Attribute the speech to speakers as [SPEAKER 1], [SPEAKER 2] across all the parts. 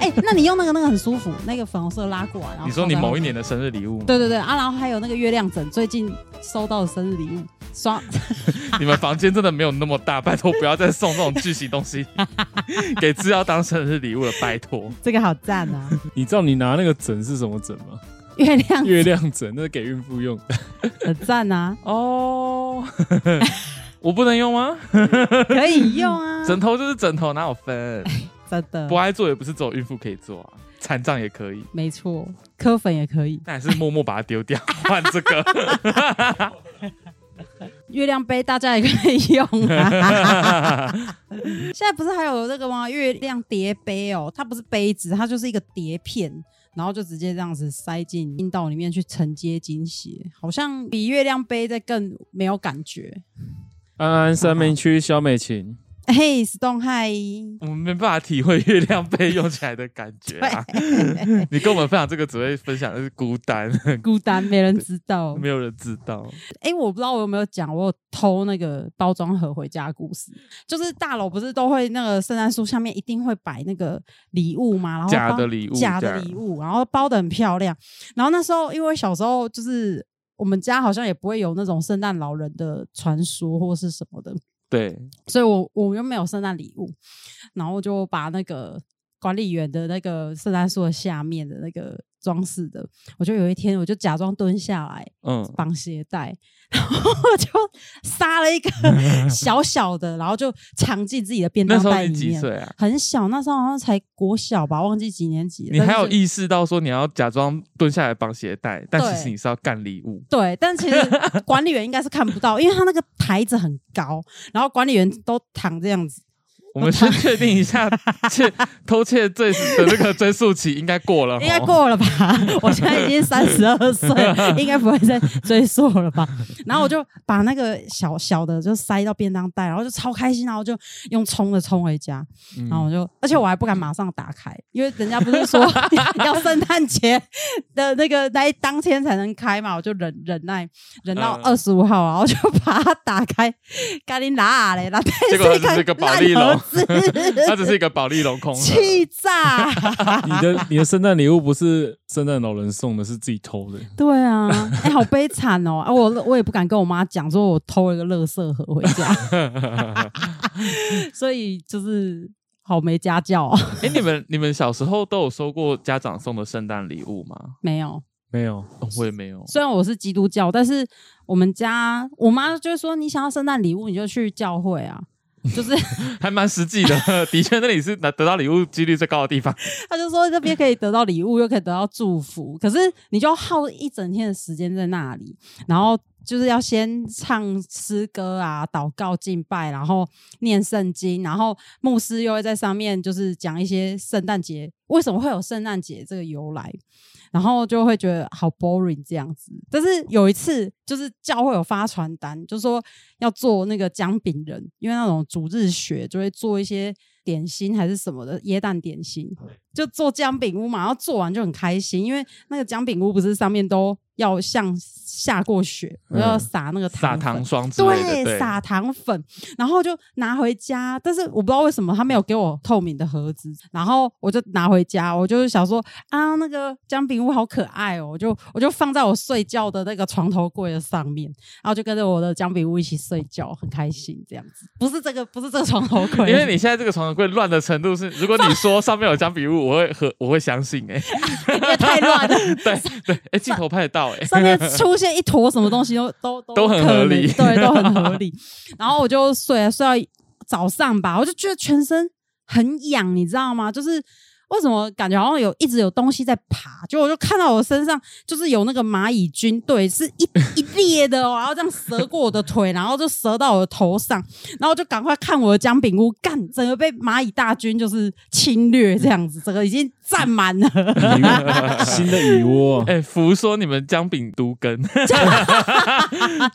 [SPEAKER 1] 哎、那你用那个那个很舒服，那个粉红色拉过来。然后
[SPEAKER 2] 你说你
[SPEAKER 1] 放在
[SPEAKER 2] 某一年的生日礼物吗，
[SPEAKER 1] 对对对啊，然后还有那个月亮枕，最近收到的生日礼物，刷
[SPEAKER 2] 你们房间真的没有那么大， 拜托不要再送这种巨型 东西给制药当生日礼物了，拜托。
[SPEAKER 1] 这个好赞啊！
[SPEAKER 3] 你知道你拿那个枕是什么枕吗？
[SPEAKER 1] 月亮
[SPEAKER 3] 月亮枕，那是给孕妇用的。
[SPEAKER 1] 很赞啊，
[SPEAKER 2] 哦，我不能用吗？
[SPEAKER 1] 嗯可以用 啊，
[SPEAKER 2] 枕头就是枕头，哪有分？
[SPEAKER 1] 真的
[SPEAKER 2] 不，啊爱做也不是只有孕妇可以做啊，残障也可以。
[SPEAKER 1] 没错，磕粉也可以，
[SPEAKER 2] 那还是默默把它丢掉， 换这个。
[SPEAKER 1] 月亮杯大家也可以用啊。 现在不是还有那个吗？月亮叠杯哦，它不是杯子，它就是一个碟片。然后就直接这样子塞进阴道里面去承接经血，好像比月亮杯再更没有感觉。
[SPEAKER 3] 安安三明区小美琴，
[SPEAKER 1] 嘿，Stone 嗨，
[SPEAKER 2] 我们没办法体会月亮被用起来的感觉啊！你跟我们分享这个，只会分享的是孤单，
[SPEAKER 1] 孤单没人知道。
[SPEAKER 2] 没有人知道。
[SPEAKER 1] 哎、我不知道我有没有讲，我有偷那个包装盒回家的故事。就是大楼不是都会那个圣诞树下面一定会摆那个礼物嘛，然后
[SPEAKER 2] 假的
[SPEAKER 1] 包
[SPEAKER 2] 礼物
[SPEAKER 1] 假
[SPEAKER 2] 这
[SPEAKER 1] 的
[SPEAKER 2] 样
[SPEAKER 1] 礼物，然后包的很漂亮。然后那时候因为小时候就是我们家好像也不会有那种圣诞老人的传说或是什么的，
[SPEAKER 2] 对，
[SPEAKER 1] 所以我我又没有圣诞礼物，然后就把那个管理员的那个圣诞树的下面的那个装饰的，我就有一天我就假装蹲下来。
[SPEAKER 2] 嗯，
[SPEAKER 1] 绑鞋带，然后我就杀了一 个小小的，然后就藏进自己的便
[SPEAKER 2] 那
[SPEAKER 1] 当
[SPEAKER 2] 时候
[SPEAKER 1] 袋里
[SPEAKER 2] 你几
[SPEAKER 1] 面。
[SPEAKER 2] 岁啊？
[SPEAKER 1] 很小，那时候好像才国小吧，忘记几年级了。
[SPEAKER 2] 你还
[SPEAKER 1] 但
[SPEAKER 2] 有
[SPEAKER 1] 是
[SPEAKER 2] 意识到说你要假装蹲下来绑鞋带，但
[SPEAKER 1] 对
[SPEAKER 2] 其实你是要干礼物。
[SPEAKER 1] 对，但 其实管理员应该是看不到，因为他那个台子很高，然后管理员都躺这样子。
[SPEAKER 2] 我们先确定一下窃偷窃罪的那个追溯 期应该过了，
[SPEAKER 1] 应该。过了吧？ 我现在已经三十二 岁，应该不会再追溯了吧？然后我就把那个小小的就塞到便当袋，然后就超开心，然后就用冲的冲回家，
[SPEAKER 2] 嗯
[SPEAKER 1] 然后我就，而且我还不敢马上打开，因为人家不是 说要圣诞节的那个那一当天才能开嘛，我就忍忍耐，忍到
[SPEAKER 2] 嗯
[SPEAKER 1] 二十五号，然啊后就把它打开，赶紧拿嘞，拿
[SPEAKER 2] 结果它只是一个宝丽龙
[SPEAKER 1] 烂盒 子
[SPEAKER 2] 它只是一个保利龙空 盒，
[SPEAKER 1] 气炸。
[SPEAKER 3] 你的你的圣诞礼物不是圣诞老人送的，是自己偷的。
[SPEAKER 1] 对啊，哎、好悲惨哦！啊，我我也不敢跟我妈讲，说我偷了个垃圾盒回家， 所以就是好没家教、哦。
[SPEAKER 2] 哎、你们你们小时候都有收过家长送的圣诞礼物吗？
[SPEAKER 1] 没有，
[SPEAKER 3] 没有，
[SPEAKER 2] 哦我也没有。
[SPEAKER 1] 虽然我是基督教，但是我们家我妈就会说，你想要圣诞礼物，你就去教会啊。就是，
[SPEAKER 2] 还蛮实际 的，的确那里是拿得到礼物几率最高的地 方。
[SPEAKER 1] 她就说这边可以得到礼物，又可以得到祝福，可是你就要耗一整天的时间在那里，然后就是要先唱诗歌啊、祷告、敬拜，然后念圣经，然后牧师又会在上面就是讲一些圣诞节为什么会有圣诞节这个由来，然后就会觉得好 boring 这样子。但是有一次，就是教会有发传单，就说要做那个姜饼人，因为那种主日学就会做一些点心还是什么的椰蛋点心，就做姜饼屋嘛。然后做完就很开心，因为那个姜饼屋不是上面都要像下过雪，
[SPEAKER 3] 嗯
[SPEAKER 1] 要撒那个
[SPEAKER 2] 撒
[SPEAKER 1] 粉
[SPEAKER 2] 糖霜之类的，
[SPEAKER 1] 对，
[SPEAKER 2] 对，
[SPEAKER 1] 撒糖粉，然后就拿回家。但是我不知道为什么他没有给我透明的盒子，然后我就拿回家，我就是想说啊，那个姜饼屋好可爱哦，我就我就放在我睡觉的那个床头柜的上面，然后就跟着我的姜饼屋一起睡觉，很开心这样子。不是这个，不是这个床头柜，
[SPEAKER 2] 因为你现在这个床头柜乱的程度是，如果你说上面有姜笔物，我会和我会相信哎、
[SPEAKER 1] 因为 太乱了。
[SPEAKER 2] 对对，哎、镜头拍得到哎、
[SPEAKER 1] 上面出现一坨什么东西都都都
[SPEAKER 2] 都很合理
[SPEAKER 1] 可能对，都很合 理。然后我就睡了，睡到早上吧，我就觉得全身很痒，你知道吗？就是为什么感觉好像有一直有东西在爬，就我就看到我身上就是有那个蚂蚁军队，是 一一列的哦，然后这样折过我的腿，然后就折到我的头上，然后我就赶快看我的姜饼屋，干，整个被蚂蚁大军就是侵略这样子，整个已经占满了。
[SPEAKER 3] 蚁窝新的蚁窝
[SPEAKER 2] 哎、福说你们姜饼都 根，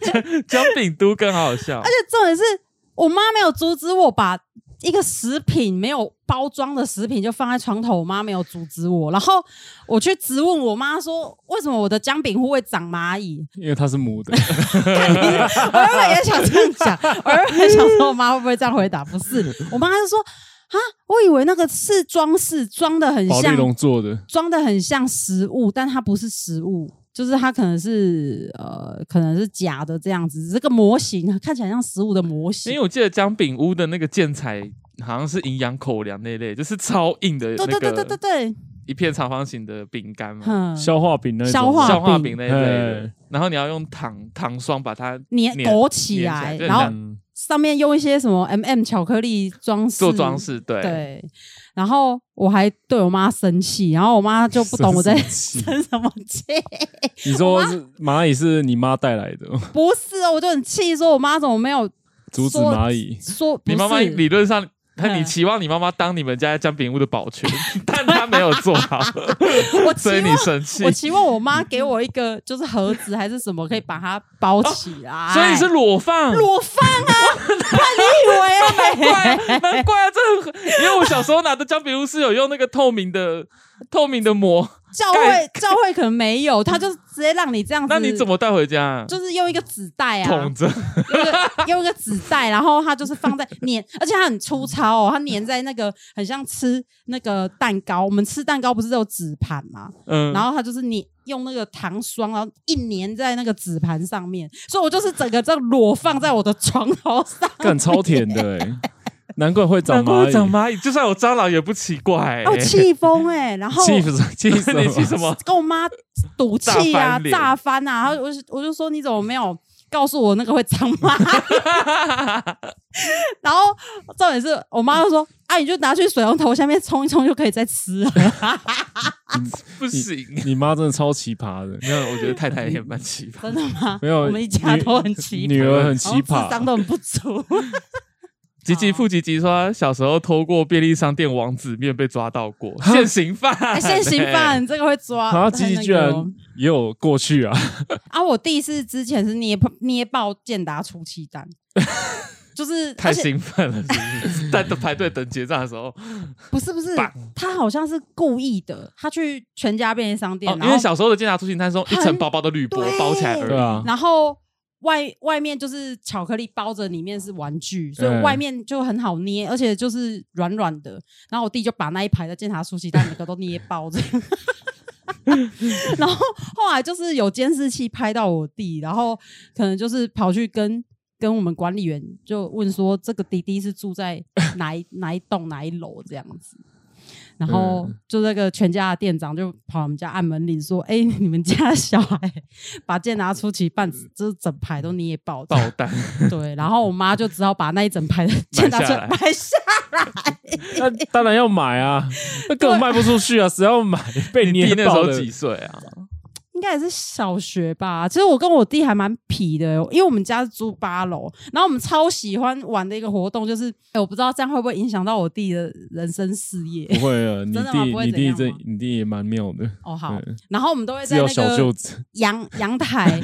[SPEAKER 2] 姜 姜饼都根好好笑，
[SPEAKER 1] 而且重点是我妈没有阻止我把一个食品没有包装的食品就放在床头，我妈没有阻止我。然后我去质问我妈说，为什么我的姜饼糊会长蚂 蚁？
[SPEAKER 3] 因为它是母的。
[SPEAKER 1] 看你 我原本也想这样讲，我原本也想说我妈会不会这样回答，不是，我妈就说。我以为那个是装饰，装的很
[SPEAKER 3] 保利
[SPEAKER 1] 像，
[SPEAKER 3] 龙
[SPEAKER 1] 嗯
[SPEAKER 3] 做的，
[SPEAKER 1] 装的很像食物，但它不是食物，就是它可能是呃，可能是假的这样子，这个模型看起来像食物的模
[SPEAKER 2] 因
[SPEAKER 1] 型
[SPEAKER 2] 为。我记得姜饼屋的那个建材好像是营养口粮那类，就是超硬的
[SPEAKER 1] 对对
[SPEAKER 2] 那
[SPEAKER 1] 对对对
[SPEAKER 2] 个
[SPEAKER 1] 对，
[SPEAKER 2] 一片长方形的饼干嘛，
[SPEAKER 1] 哼，
[SPEAKER 3] 消化饼那种
[SPEAKER 1] 消化
[SPEAKER 2] 消化饼那一类
[SPEAKER 3] 嘿
[SPEAKER 2] 的，然后你要用糖糖霜把它
[SPEAKER 1] 粘
[SPEAKER 2] 粘
[SPEAKER 1] 裹起
[SPEAKER 2] 粘起
[SPEAKER 1] 来，
[SPEAKER 2] 来就
[SPEAKER 1] 然
[SPEAKER 2] 很
[SPEAKER 1] 后
[SPEAKER 2] 像
[SPEAKER 3] 嗯
[SPEAKER 1] 上面用一些什么 M、m 巧克力装饰，
[SPEAKER 2] 做装饰，对，
[SPEAKER 1] 对，然后我还对我妈生气，然后我妈就不懂我在
[SPEAKER 3] 生
[SPEAKER 1] 生
[SPEAKER 3] 气
[SPEAKER 1] 什么气，
[SPEAKER 3] 你说是蚂蚁是你妈带 来的吗，
[SPEAKER 1] 不是哦，我就很气，说我妈怎么没有
[SPEAKER 3] 阻止蚂蚁。
[SPEAKER 1] 说
[SPEAKER 2] 你妈妈
[SPEAKER 1] 不是
[SPEAKER 2] 理论上。她你
[SPEAKER 1] 嗯
[SPEAKER 2] 期望你妈妈当你们家姜饼屋的保 全，但她没有做好，
[SPEAKER 1] 我期
[SPEAKER 2] 所以你
[SPEAKER 1] 望
[SPEAKER 2] 生气
[SPEAKER 1] 我。期望我妈给我一个就是盒子还是什么，可以把它包起来。
[SPEAKER 2] 所以你是裸放，
[SPEAKER 1] 哎裸放 啊？那你以为、
[SPEAKER 2] 怪难怪啊，这很因为我小时候拿的姜饼屋是有用那个透明的透明的膜，
[SPEAKER 1] 教会教会可能没有，他就直接让你这样子。
[SPEAKER 2] 那你怎
[SPEAKER 1] 么
[SPEAKER 2] 么带回家啊？
[SPEAKER 1] 就是用一个纸袋啊，
[SPEAKER 2] 捧着，
[SPEAKER 1] 用一个用一个纸袋，然后它就是放在粘，而且它很粗糙哦，它粘在那个很像吃那个蛋糕，我们吃蛋糕不是都有纸盘吗？
[SPEAKER 2] 嗯，
[SPEAKER 1] 然后它就是粘用那个糖霜，然后一粘在那个纸盘上面，所以我就是整个这样裸放在我的床头上。
[SPEAKER 3] 干超甜的、 欸，难怪会长
[SPEAKER 2] 难怪
[SPEAKER 3] 蚂
[SPEAKER 2] 会长
[SPEAKER 3] 蚁。
[SPEAKER 2] 蚂蚁，就算有蟑螂也不奇怪、欸。
[SPEAKER 1] 哦，气疯哎，然后
[SPEAKER 3] 气死气 死！
[SPEAKER 2] 你气什？么？
[SPEAKER 1] 跟我妈 赌气啊，
[SPEAKER 2] 大翻脸
[SPEAKER 1] 炸翻啊，然后我就我就说你怎么没有告诉我那个会长蚂蚁？ 然后重点是我妈就说啊，你就拿去水龙头下面冲一冲就可以再吃了。
[SPEAKER 2] 不行，
[SPEAKER 3] 你妈真的超奇葩的，
[SPEAKER 2] 没有，我觉得太太也蛮奇葩。
[SPEAKER 1] 真的吗？
[SPEAKER 3] 没有
[SPEAKER 1] 我们一家
[SPEAKER 3] 女
[SPEAKER 1] 都很奇葩，
[SPEAKER 3] 女儿很奇
[SPEAKER 1] 然后智商
[SPEAKER 3] 葩，
[SPEAKER 1] 都很不 足。
[SPEAKER 2] 吉
[SPEAKER 1] 哦
[SPEAKER 2] 吉富吉吉说，他小时候偷过便利商店王子面被抓到过，现行
[SPEAKER 1] 哎
[SPEAKER 2] 犯，
[SPEAKER 1] 现行犯这个会抓，
[SPEAKER 3] 她
[SPEAKER 1] 很
[SPEAKER 3] 鸡
[SPEAKER 1] 那
[SPEAKER 3] 啊居
[SPEAKER 1] 个
[SPEAKER 3] 然
[SPEAKER 1] 哦
[SPEAKER 3] 也有过去啊！
[SPEAKER 1] 啊！我弟是之前是捏捏爆健达出气 蛋，就是
[SPEAKER 2] 太
[SPEAKER 1] 而且
[SPEAKER 2] 兴奋了，是不 是？在排队等结账的时候，哦，
[SPEAKER 1] 不是不是
[SPEAKER 2] 棒，
[SPEAKER 1] 他好像是故意的，他去全家便利商
[SPEAKER 3] 哦
[SPEAKER 1] 店，
[SPEAKER 2] 哦因
[SPEAKER 1] 然后
[SPEAKER 2] 为小时候的健达出行，它是用一层薄薄的铝箔
[SPEAKER 1] 很
[SPEAKER 2] 包起来而
[SPEAKER 3] 对
[SPEAKER 2] 已。
[SPEAKER 3] 啊，
[SPEAKER 1] 然后外外面就是巧克力包着，里面是玩具，所以
[SPEAKER 3] 嗯
[SPEAKER 1] 外面就很好捏，而且就是软软的。然后我弟就把那一排的健达舒淇蛋每个都捏爆着。 然后后来就是有监视器拍到我弟，然后可能就是跑去跟跟我们管理员就问说，这个弟弟是住 在哪一哪一栋哪一楼这样子。然后
[SPEAKER 3] 嗯
[SPEAKER 1] 就那个全家的店长就跑我们家按门铃说：“哎、你们家小孩把剑拿出去，半就是整排都捏爆
[SPEAKER 2] 爆 弹，
[SPEAKER 1] 对，然后我妈就只好把那一整排的剑拿出来
[SPEAKER 2] 买
[SPEAKER 1] 买下。
[SPEAKER 3] 那当然要买啊，那根本卖不出去啊，谁要买？ 被
[SPEAKER 2] 你弟
[SPEAKER 3] 捏
[SPEAKER 2] 那时
[SPEAKER 3] 爆
[SPEAKER 2] 候
[SPEAKER 3] 的
[SPEAKER 2] 几岁啊？
[SPEAKER 1] 应该也是小学吧。其实我跟我弟还蛮皮的，因为我们家是住八楼，然后我们超喜欢玩的一个活动就是，哎我不知道这样会不会影响到我弟的人生事业。
[SPEAKER 3] 不会啊，你
[SPEAKER 1] 真的吗
[SPEAKER 3] 弟
[SPEAKER 1] 不会
[SPEAKER 3] 你
[SPEAKER 1] 怎
[SPEAKER 3] 弟
[SPEAKER 1] 样
[SPEAKER 3] 这
[SPEAKER 1] 吗
[SPEAKER 3] 你弟也蛮妙的，
[SPEAKER 1] 哦，好
[SPEAKER 3] 嗯对，
[SPEAKER 1] 然后我们都会
[SPEAKER 3] 只
[SPEAKER 1] 在
[SPEAKER 3] 有
[SPEAKER 1] 那
[SPEAKER 3] 小舅
[SPEAKER 1] 个
[SPEAKER 3] 子，
[SPEAKER 1] 阳阳台，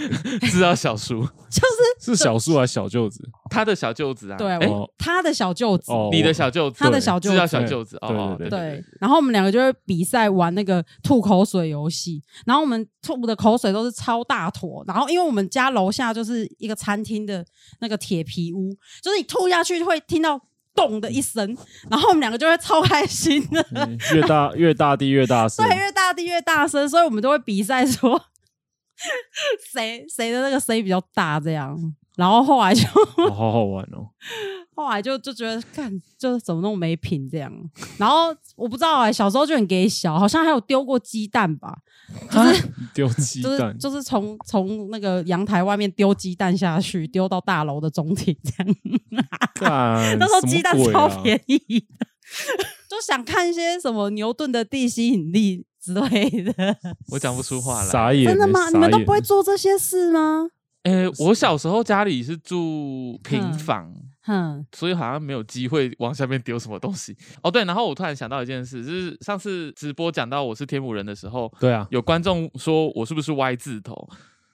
[SPEAKER 2] 知道小叔，
[SPEAKER 1] 就是
[SPEAKER 3] 是小叔还是小舅子？
[SPEAKER 2] 他的小舅子啊，
[SPEAKER 1] 对
[SPEAKER 2] 哎
[SPEAKER 1] 我他的小舅子，
[SPEAKER 3] 哦，
[SPEAKER 2] 你的
[SPEAKER 3] 我
[SPEAKER 2] 小舅子，
[SPEAKER 1] 他的小舅
[SPEAKER 2] 知道
[SPEAKER 1] 子。
[SPEAKER 2] 小舅子，哦，
[SPEAKER 3] 对对
[SPEAKER 1] 对，然后我们两个就会比赛玩那个吐口水游戏，然后我们吐的口水都是超大坨，然后因为我们家楼下就是一个餐厅的那个铁皮屋，就是你吐下去会听到咚的一声，然后我们两个就会超开心的，
[SPEAKER 3] 嗯越大越大地越大 声
[SPEAKER 1] 对，，啊越大地越大声，所以我们都会比赛说谁谁的那个声音比较大这样，然后后来就
[SPEAKER 3] 好好好玩哦。
[SPEAKER 1] 后来就就觉得，看就是怎么那么没品这样。然后我不知道哎、小时候就很给小，好像还有丢过鸡蛋吧，
[SPEAKER 3] 丢鸡
[SPEAKER 1] 就是
[SPEAKER 3] 蛋，
[SPEAKER 1] 就是从从那个阳台外面丢鸡蛋下去，丢到大楼的中庭这样。
[SPEAKER 3] 干
[SPEAKER 1] 啊那时候鸡蛋
[SPEAKER 2] 啊
[SPEAKER 1] 超
[SPEAKER 3] 宜，
[SPEAKER 1] 便宜的， 就想看一些什么牛顿的地吸引力之类 的。
[SPEAKER 2] 我讲不出话来。
[SPEAKER 3] 傻眼欸，
[SPEAKER 1] 真的吗？
[SPEAKER 3] 傻
[SPEAKER 1] 你们都
[SPEAKER 3] 眼
[SPEAKER 1] 不会做这些事吗？
[SPEAKER 2] 诶，我小时候家里是
[SPEAKER 1] 嗯
[SPEAKER 2] 住平房，
[SPEAKER 1] 哼，
[SPEAKER 2] 所以好像没有机会往下面丢什么东西。哦，对，然后我突然想到一件事，就是上次直播讲到我是天母人的时候，
[SPEAKER 3] 对啊，
[SPEAKER 2] 有观众说我是不是 Y 字头？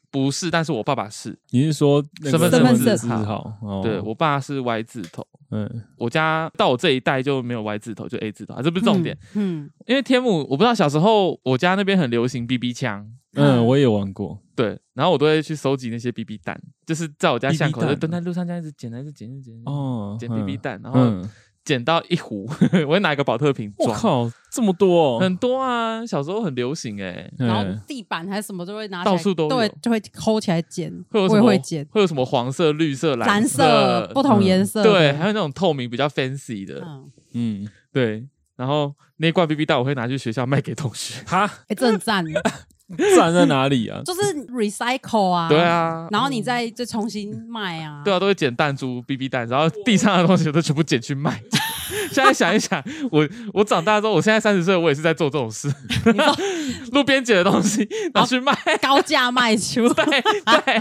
[SPEAKER 2] 不是，但是我爸爸是，
[SPEAKER 3] 你是说那个
[SPEAKER 2] 身份
[SPEAKER 1] 证
[SPEAKER 2] 字
[SPEAKER 3] 字
[SPEAKER 2] 卡
[SPEAKER 3] 号？哦
[SPEAKER 2] 对我爸是 Y 字头。
[SPEAKER 3] 嗯，
[SPEAKER 2] 我家到我这一代就没有 Y 字头，就 A 字头，啊这
[SPEAKER 1] 不
[SPEAKER 2] 不是重点。。
[SPEAKER 1] 嗯，
[SPEAKER 2] 因为天母，我不知道小时候我家那边很流行 BB 枪，
[SPEAKER 3] 嗯，我也玩过，
[SPEAKER 2] 对，然后我都会去收集那些 BB 弹，就是在我家巷口
[SPEAKER 3] BB
[SPEAKER 2] 就
[SPEAKER 3] 弹
[SPEAKER 2] 蹲在路上这样一直捡，一直捡，一直捡，
[SPEAKER 3] 哦
[SPEAKER 2] 捡 BB 弹，然后
[SPEAKER 3] 嗯，
[SPEAKER 2] 捡到一壶， 我会拿一个保特瓶
[SPEAKER 3] 我
[SPEAKER 2] 装，
[SPEAKER 3] 靠，这么多、哦，
[SPEAKER 2] 很多啊，小时候很流行哎、
[SPEAKER 1] 然后
[SPEAKER 3] 嗯
[SPEAKER 1] 地板还是什么都会拿起
[SPEAKER 2] 到
[SPEAKER 1] 来，
[SPEAKER 2] 处都
[SPEAKER 1] 对
[SPEAKER 2] 有，
[SPEAKER 1] 就会抠起来捡，
[SPEAKER 2] 会有
[SPEAKER 1] 我
[SPEAKER 2] 什
[SPEAKER 1] 也
[SPEAKER 2] 么
[SPEAKER 1] 会捡，
[SPEAKER 2] 会有什么黄色、绿色、
[SPEAKER 1] 蓝
[SPEAKER 2] 色
[SPEAKER 1] 色不同
[SPEAKER 3] 嗯
[SPEAKER 1] 颜色的，
[SPEAKER 2] 对，还有那种透明比较 fancy 的，
[SPEAKER 1] 嗯，
[SPEAKER 3] 嗯，
[SPEAKER 2] 对。然后那一罐 BB 弹我会拿去学校卖给同学，
[SPEAKER 3] 哈，
[SPEAKER 1] 哎，正赞，
[SPEAKER 3] 站在哪里啊？
[SPEAKER 1] 就是 recycle 啊，
[SPEAKER 2] 对，啊，
[SPEAKER 1] 然后你再再重新卖啊，
[SPEAKER 2] 对啊，都会捡弹珠、BB 弹，然后地上的东西我都全部捡去卖。 现在想一想，我我长大之后，我现在三十岁，我也是在做这种事， 路边捡的 东西拿去卖。
[SPEAKER 1] 高价卖出，
[SPEAKER 2] 对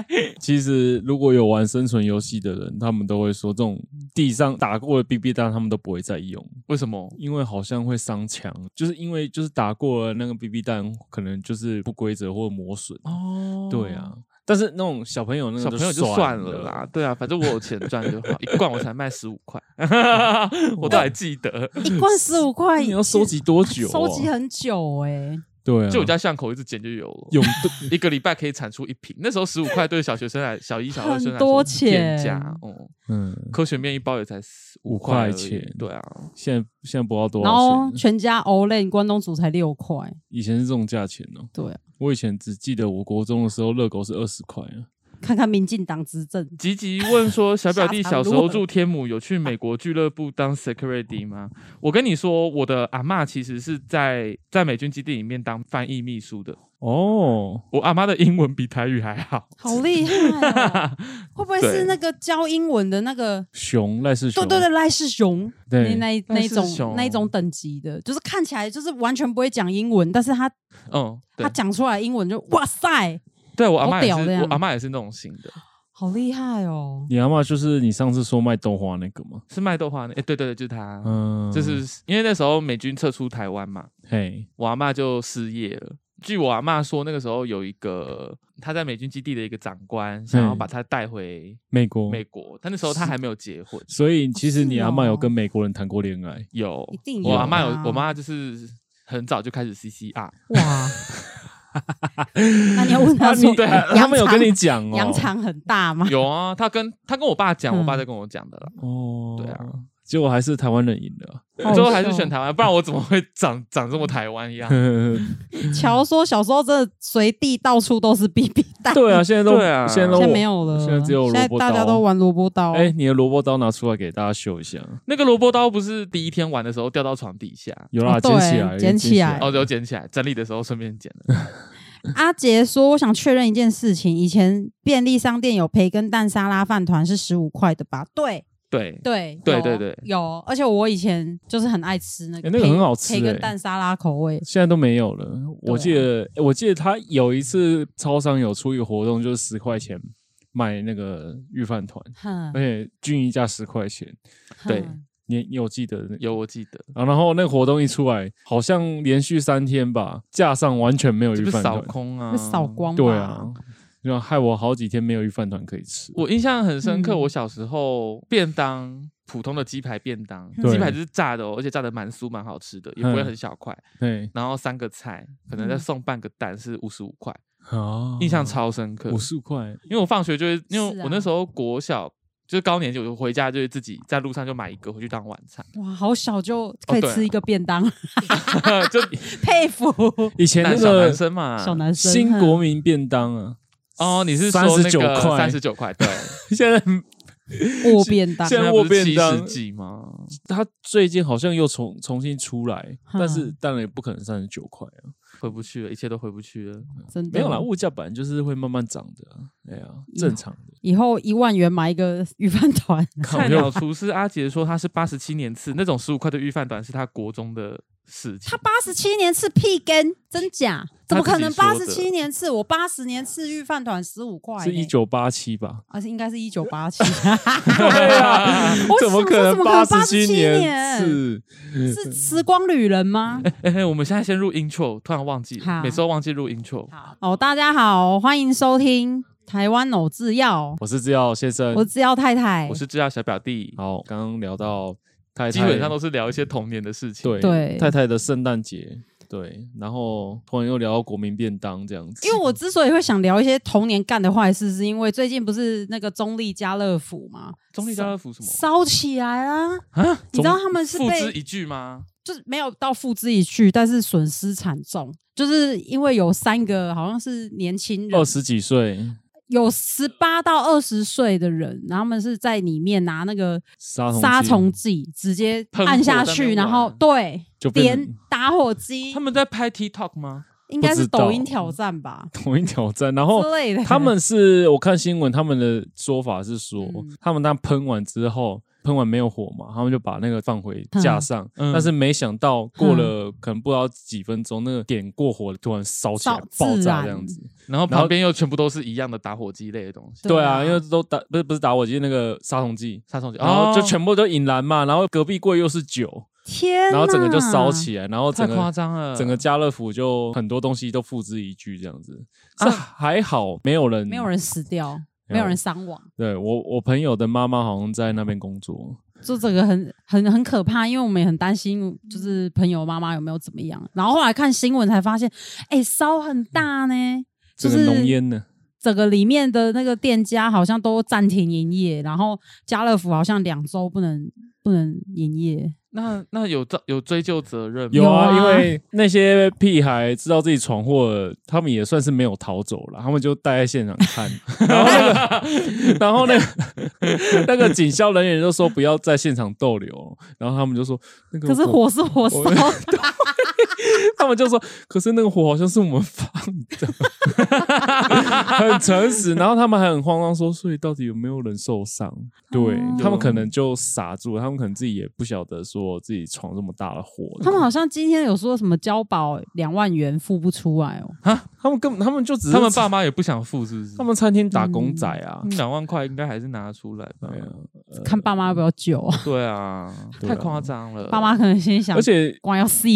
[SPEAKER 2] 对，
[SPEAKER 3] 其实如果有玩生存游戏的人，他们都会说，这种地上打过的 BB 弹，他们都不会再用，
[SPEAKER 2] 为什么？
[SPEAKER 3] 因为好像会伤墙，就是因为就是打过了那个 BB 弹，可能就是不规则或磨损。
[SPEAKER 2] 哦
[SPEAKER 3] 对啊，，但是那种小朋友那个
[SPEAKER 2] 小朋友就算了啦。对啊，反正我有钱赚就 好，一罐我才卖十五块，我都还记得。
[SPEAKER 1] 一罐十五块，
[SPEAKER 3] 你要收集多久、啊？
[SPEAKER 1] 收集很久哎，
[SPEAKER 3] 对啊，
[SPEAKER 2] 就我家巷口一直捡就有了，
[SPEAKER 3] 永
[SPEAKER 2] 一个礼拜可以产出一瓶。那时候十五块对小学生来，小一、小二生来
[SPEAKER 1] 很
[SPEAKER 2] 说
[SPEAKER 1] 多
[SPEAKER 2] 是天
[SPEAKER 1] 钱
[SPEAKER 2] 价哦。
[SPEAKER 3] 嗯，
[SPEAKER 2] 科学面一包也才五
[SPEAKER 3] 五
[SPEAKER 2] 块而
[SPEAKER 3] 块
[SPEAKER 2] 已
[SPEAKER 3] 钱
[SPEAKER 2] 对啊，
[SPEAKER 3] 现在现在不知道多
[SPEAKER 1] 然
[SPEAKER 3] 少
[SPEAKER 1] 后
[SPEAKER 3] 钱，
[SPEAKER 1] 全家 Olay 关东煮才六块，
[SPEAKER 3] 以前是这种价钱哦。
[SPEAKER 1] 对啊，
[SPEAKER 3] 我以前只记得我国中的时候，热狗是二十块啊。
[SPEAKER 1] 看看民进党执政，
[SPEAKER 2] 吉吉问说：“ 小表弟
[SPEAKER 1] 下
[SPEAKER 2] 小
[SPEAKER 1] 场
[SPEAKER 2] 时
[SPEAKER 1] 如
[SPEAKER 2] 候
[SPEAKER 1] 何
[SPEAKER 2] 住天母，有去美国俱乐部当 security 吗？”我跟你说，我的阿嬷其实是在在美军基地里面当翻译秘书的。
[SPEAKER 3] 哦，
[SPEAKER 2] 我阿妈的英文比台语还好，
[SPEAKER 1] 好厉害 哦，会不会
[SPEAKER 2] 对
[SPEAKER 1] 是那个教英文的那个？
[SPEAKER 3] 熊赖世
[SPEAKER 1] 对
[SPEAKER 3] 熊，
[SPEAKER 1] 对对，赖世雄，那
[SPEAKER 3] 对
[SPEAKER 1] 那一
[SPEAKER 2] 赖
[SPEAKER 1] 那一
[SPEAKER 2] 世雄
[SPEAKER 1] 种那一种等级的，就是看起来就是完全不会讲英文，但是他
[SPEAKER 2] 嗯，对
[SPEAKER 1] 他，讲出来英文就哇塞，
[SPEAKER 2] 对我阿
[SPEAKER 1] 好
[SPEAKER 2] 妈也
[SPEAKER 1] 屌
[SPEAKER 2] 是
[SPEAKER 1] 这，样
[SPEAKER 2] 我阿妈也是那种型的，
[SPEAKER 1] 好厉害哦！
[SPEAKER 3] 你阿嬷就是你上次说卖豆花那个吗？
[SPEAKER 2] 是卖豆花的。哎，对对对，就是她，
[SPEAKER 3] 嗯，
[SPEAKER 2] 就是因为那时候美军撤出台湾嘛，
[SPEAKER 3] 嘿，
[SPEAKER 2] 我阿妈就失业了。据我阿妈说，那个时候有一个她在美军基地的一个长官，想要把她带回
[SPEAKER 3] 美国，
[SPEAKER 2] 美国，但那时候她还没有结婚。
[SPEAKER 3] 所以其实你阿嬷
[SPEAKER 1] 是哦
[SPEAKER 3] 有跟美国人谈 过恋爱，啊
[SPEAKER 2] 有，
[SPEAKER 1] 一定
[SPEAKER 2] 我
[SPEAKER 3] 有
[SPEAKER 2] 阿妈有，
[SPEAKER 1] 啊
[SPEAKER 2] 我妈就是很早就开始 CCR，
[SPEAKER 1] 哇，那你要问他
[SPEAKER 3] 啊
[SPEAKER 1] 说
[SPEAKER 3] 你，
[SPEAKER 1] 羊
[SPEAKER 3] 他们有
[SPEAKER 1] 肠
[SPEAKER 3] 跟你讲 哦，
[SPEAKER 1] 羊肠很大吗？
[SPEAKER 2] 有啊，她跟她跟我爸讲，
[SPEAKER 1] 嗯
[SPEAKER 2] 我爸在跟我讲的啦。
[SPEAKER 3] 哦，
[SPEAKER 2] 对啊，
[SPEAKER 3] 结果还是台湾人赢 了啊。
[SPEAKER 1] 好
[SPEAKER 2] 最后还是选
[SPEAKER 1] 笑
[SPEAKER 2] 台湾，不然我怎么会长 长这么台湾一样？
[SPEAKER 1] 嗯乔说小时候真的随地到处都是 BB 弹，
[SPEAKER 3] 对啊，现在都
[SPEAKER 2] 对啊
[SPEAKER 3] 现在 都
[SPEAKER 1] 现在没有了，
[SPEAKER 3] 现在只有
[SPEAKER 1] 现在
[SPEAKER 3] 萝卜刀
[SPEAKER 1] 大家都玩萝卜刀。
[SPEAKER 3] 哎，你的萝卜刀拿出来给大家秀一下。
[SPEAKER 2] 那个萝卜刀不是第一天玩的时候掉到床底 下，
[SPEAKER 3] 有啦，
[SPEAKER 1] 哦
[SPEAKER 3] 捡
[SPEAKER 1] 对
[SPEAKER 3] 起来，
[SPEAKER 1] 捡
[SPEAKER 3] 起
[SPEAKER 1] 起来
[SPEAKER 2] 然后就捡起来，整理的时候顺便捡了。
[SPEAKER 1] 阿杰说：“我想确认一件事情，以前便利商店有培根蛋沙拉饭团是十五块的吧？对，
[SPEAKER 2] 对，
[SPEAKER 1] 对，
[SPEAKER 2] 对
[SPEAKER 1] 有啊
[SPEAKER 2] 对对
[SPEAKER 1] 有。而且我以前就是很爱吃那个
[SPEAKER 3] 哎
[SPEAKER 1] 培，
[SPEAKER 3] 那个很好吃
[SPEAKER 1] 培根
[SPEAKER 3] 哎
[SPEAKER 1] 蛋沙拉口味。
[SPEAKER 3] 现在都没有了。
[SPEAKER 1] 对啊
[SPEAKER 3] 我记得，我记得他有一次超商有出一个活动，就是十块钱卖那个御饭团，
[SPEAKER 1] 哼
[SPEAKER 3] 而，且均一价十块钱。
[SPEAKER 1] 哼
[SPEAKER 2] 对
[SPEAKER 3] 你你有记得那个？
[SPEAKER 2] 有我记得，
[SPEAKER 3] 啊，然后那个活动一出来，好像连续三天吧，架上完全没有
[SPEAKER 2] 这
[SPEAKER 3] 御
[SPEAKER 2] 不是
[SPEAKER 3] 饭
[SPEAKER 2] 扫
[SPEAKER 3] 团。
[SPEAKER 2] 空啊，
[SPEAKER 1] 会扫。光吧
[SPEAKER 3] 对啊，，然后害我好几天没有御饭团可以吃。
[SPEAKER 2] 我印象很深刻，
[SPEAKER 1] 嗯
[SPEAKER 2] 我小时候便当普通的鸡排便当，
[SPEAKER 1] 对
[SPEAKER 2] 鸡排就是炸的哦，而且炸的蛮酥蛮好吃的，也不会
[SPEAKER 3] 嗯
[SPEAKER 2] 很小块。
[SPEAKER 3] 对
[SPEAKER 2] 然后三个菜，可能再
[SPEAKER 1] 嗯
[SPEAKER 2] 送半个蛋是五十五块，
[SPEAKER 3] 啊，
[SPEAKER 2] 哦印象超深刻
[SPEAKER 3] 五。十块，
[SPEAKER 2] 因为我放学就会，因
[SPEAKER 1] 是
[SPEAKER 2] 为
[SPEAKER 1] 啊
[SPEAKER 2] 我那时候国小就是高年级，我就回家就会自己在路上就买一个回去当晚 餐，
[SPEAKER 1] 哇，好小就
[SPEAKER 3] 哦
[SPEAKER 1] 可以
[SPEAKER 2] 对啊
[SPEAKER 1] 吃一个便当，
[SPEAKER 2] 就
[SPEAKER 1] 佩服
[SPEAKER 3] 以前那
[SPEAKER 2] 男小男
[SPEAKER 3] 个
[SPEAKER 2] 生嘛。
[SPEAKER 1] 小男生。
[SPEAKER 3] 啊新
[SPEAKER 1] 哼
[SPEAKER 3] 国民便 当啊，
[SPEAKER 2] 哦，你是说
[SPEAKER 3] 39块
[SPEAKER 2] 三十九块，对，
[SPEAKER 3] 现在
[SPEAKER 1] 握便当，
[SPEAKER 3] 现在
[SPEAKER 2] 那不
[SPEAKER 3] 握
[SPEAKER 2] 是
[SPEAKER 3] 便当
[SPEAKER 2] 70几吗？
[SPEAKER 3] 它最近好像又重重新出来，
[SPEAKER 1] 哼
[SPEAKER 3] 但是当然也不可能三十九块啊，
[SPEAKER 2] 回不去了，一切都回不去了。
[SPEAKER 1] 真的
[SPEAKER 3] 没有啦，物价本来就是会慢慢涨的啊，哎呀，
[SPEAKER 1] 嗯
[SPEAKER 3] 正常的。
[SPEAKER 1] 以后一万元买一个鱼饭团，
[SPEAKER 2] 菜鸟厨师阿杰说他是八十七年次，那种十五块的预饭团是他国中的事情
[SPEAKER 1] 他。 八十七年吃屁根，真假？怎么可能
[SPEAKER 2] 他
[SPEAKER 1] 八
[SPEAKER 2] 自
[SPEAKER 1] 十
[SPEAKER 2] 己说的
[SPEAKER 1] 七年吃？我八十年吃御饭团十五块呢，
[SPEAKER 3] 是一九八七吧？
[SPEAKER 1] 还是应该是一九八七？
[SPEAKER 3] 对啊
[SPEAKER 1] 我，
[SPEAKER 3] 怎么
[SPEAKER 1] 想
[SPEAKER 3] 可
[SPEAKER 1] 说
[SPEAKER 3] 能
[SPEAKER 1] 怎么可
[SPEAKER 3] 八
[SPEAKER 1] 能
[SPEAKER 3] 十七
[SPEAKER 1] 87
[SPEAKER 3] 年
[SPEAKER 1] 年
[SPEAKER 3] 是？
[SPEAKER 1] 是时光旅人吗？
[SPEAKER 2] 哎、我们现在先入 intro，突然忘记了，
[SPEAKER 1] 好
[SPEAKER 2] 每次都忘记入 intro。
[SPEAKER 1] 好哦，大家好，欢迎收听台湾偶制药，
[SPEAKER 3] 我是制药先生
[SPEAKER 1] 我。是制药太太
[SPEAKER 2] 我，是知道小表弟，
[SPEAKER 3] 好，
[SPEAKER 1] 嗯
[SPEAKER 3] 刚刚聊到太太，
[SPEAKER 2] 基本上都是聊一些童年的事情。
[SPEAKER 3] 对
[SPEAKER 1] 对
[SPEAKER 3] 太太的圣诞节，对，然后突然又聊到国民便当这样子，
[SPEAKER 1] 因为我之所以会想聊一些童年干的坏事，是因为最近不是那个中立家乐福嘛，
[SPEAKER 2] 中立家乐福什么
[SPEAKER 1] 烧起来啦、
[SPEAKER 2] 啊？
[SPEAKER 1] 你知道他们是
[SPEAKER 2] 付之
[SPEAKER 1] 被
[SPEAKER 2] 一炬吗？
[SPEAKER 1] 就是没有到付之一炬，但是损失惨重，就是因为有三个好像是年轻人
[SPEAKER 3] 二，十几岁
[SPEAKER 1] 有十八到二十岁的人，然后他们是在里面拿那个
[SPEAKER 3] 杀虫
[SPEAKER 1] 杀
[SPEAKER 3] 剂
[SPEAKER 1] 虫剂直接
[SPEAKER 2] 喷火
[SPEAKER 1] 按下
[SPEAKER 2] 在那
[SPEAKER 1] 去，
[SPEAKER 2] 边
[SPEAKER 1] 然后
[SPEAKER 2] 玩
[SPEAKER 1] 对
[SPEAKER 3] 就变
[SPEAKER 1] 点
[SPEAKER 3] 成
[SPEAKER 1] 打火机
[SPEAKER 2] 他，们在拍 TikTok 吗？
[SPEAKER 1] 应该是
[SPEAKER 3] 不知道
[SPEAKER 1] 抖音挑战吧
[SPEAKER 3] 同一挑战，然后
[SPEAKER 1] 之类的。
[SPEAKER 3] 他们是我看新闻，他们的说法是说，
[SPEAKER 1] 嗯
[SPEAKER 3] 他们当喷完之后，喷完没有火嘛，他们就把那个放回架上，
[SPEAKER 2] 嗯
[SPEAKER 3] 但是没想到过了可能不知道几分钟，那个点过火了，突然烧起来
[SPEAKER 1] 烧
[SPEAKER 3] 爆
[SPEAKER 1] 自
[SPEAKER 3] 炸
[SPEAKER 1] 燃
[SPEAKER 3] 这样子。
[SPEAKER 2] 然后
[SPEAKER 3] 然后
[SPEAKER 2] 旁边又全部都是一样的打火机类的东西，
[SPEAKER 1] 对
[SPEAKER 3] 对
[SPEAKER 1] 啊
[SPEAKER 3] 啊，因为都打不是不是打火机那个杀虫剂，
[SPEAKER 2] 杀虫剂，
[SPEAKER 3] 然后就
[SPEAKER 2] 哦
[SPEAKER 3] 全部都引燃嘛，然后隔壁柜又是酒，
[SPEAKER 1] 天哪，
[SPEAKER 3] 然后整个就烧起来，然后
[SPEAKER 2] 太
[SPEAKER 3] 整
[SPEAKER 2] 夸
[SPEAKER 3] 个。
[SPEAKER 2] 张了，
[SPEAKER 3] 整个家乐福就很多东西都付之一炬这样子，
[SPEAKER 2] 啊
[SPEAKER 3] 这还好没有人，
[SPEAKER 1] 没有人死掉，没有人伤亡，
[SPEAKER 3] 对我我朋友的妈妈好像在那边工作，
[SPEAKER 1] 就这个很很很可怕，因为我们也很担心，就是朋友妈妈有没有怎么样。然后后来看新闻才发现，哎、烧很大呢，
[SPEAKER 3] 这
[SPEAKER 1] 就
[SPEAKER 3] 个
[SPEAKER 1] 是
[SPEAKER 3] 浓烟呢，
[SPEAKER 1] 整个里面的那个店家好像都暂停营业，然后家乐福好像两周不能不能营业。
[SPEAKER 2] 那那有责有追究责任吗？
[SPEAKER 1] 有
[SPEAKER 3] 有啊，
[SPEAKER 1] 啊
[SPEAKER 3] 因为那些屁孩知道自己闯祸了，他们也算是没有逃走了，他们就待在现场看。 然后那个， 然后那个那个警消人员就说不要在现场逗留，然后他们就说那个
[SPEAKER 1] 可是火是火烧
[SPEAKER 3] 我
[SPEAKER 1] 的，
[SPEAKER 3] 他们就说可是那个火好像是我们放的， 很诚实。然后他们还很慌张说，所以到底有没有人受伤？对
[SPEAKER 1] 哦
[SPEAKER 3] 他们可能就傻住了，他们可能自己也不晓得说自己闯这么大的祸。
[SPEAKER 1] 他们好像今天有说什么交保两万元付不出来哦，
[SPEAKER 3] 他们根本他们就只是
[SPEAKER 2] 他们爸妈也不想付，是不是？
[SPEAKER 3] 他们餐厅打工仔啊，
[SPEAKER 1] 嗯
[SPEAKER 2] 两万块应该还是拿出来吧？
[SPEAKER 3] 呃
[SPEAKER 1] 看爸妈要不要救啊？
[SPEAKER 2] 对啊，
[SPEAKER 3] 对
[SPEAKER 2] 太
[SPEAKER 3] 啊
[SPEAKER 2] 夸张了。
[SPEAKER 1] 爸妈可能心想，
[SPEAKER 3] 而且
[SPEAKER 1] 光要 C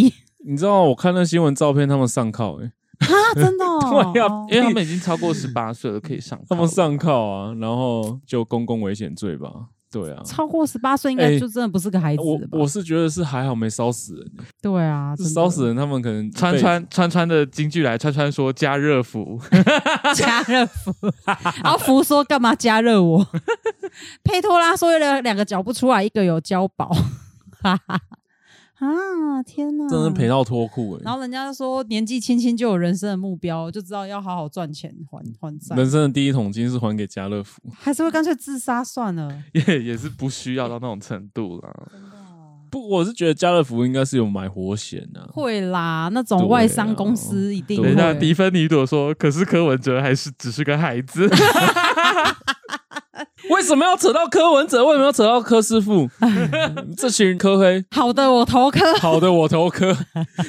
[SPEAKER 3] 你知道，我看那新闻照片，他们上铐、欸，
[SPEAKER 1] 啊，真的、哦，
[SPEAKER 3] 对啊
[SPEAKER 1] 哦
[SPEAKER 2] 因为他们已经超过十八岁了，可以上。
[SPEAKER 3] 他们，上铐啊，然后就公共危险罪吧，对啊。
[SPEAKER 1] 超过十八岁应该
[SPEAKER 3] 哎
[SPEAKER 1] 就真的不是个孩子
[SPEAKER 3] 我
[SPEAKER 1] 了吧？
[SPEAKER 3] 我是觉得是还好没烧死人，
[SPEAKER 1] 对啊，真的
[SPEAKER 3] 烧死人他们可能
[SPEAKER 2] 川
[SPEAKER 3] 被
[SPEAKER 2] 川川川的京剧来，川川说加热服，
[SPEAKER 1] 加热服，然后福说干嘛加热我？ 佩托拉说了两个脚不出来，一个有交保， 啊天哪！
[SPEAKER 3] 真的赔到脱裤哎、
[SPEAKER 1] 然后人家说年纪轻轻就有人生的目标，就知道要好好赚钱还还债，
[SPEAKER 3] 人生的第一桶金是还给家乐福，
[SPEAKER 1] 还是会干脆自杀算了。
[SPEAKER 2] 也也是不需要到那种程度啦。
[SPEAKER 3] 不，我是觉得家乐福应该是有买活险啊，
[SPEAKER 1] 会啦，那种外商公司一定
[SPEAKER 3] 对
[SPEAKER 1] 会。
[SPEAKER 2] 等
[SPEAKER 3] 啊
[SPEAKER 2] 一下，迪芬妮朵说，可是柯文哲还是只是个孩子，
[SPEAKER 3] 为什么要扯到柯文哲？为什么要扯到柯师傅？ 这群柯黑
[SPEAKER 1] 好的，我投科
[SPEAKER 3] 好的，我投 科。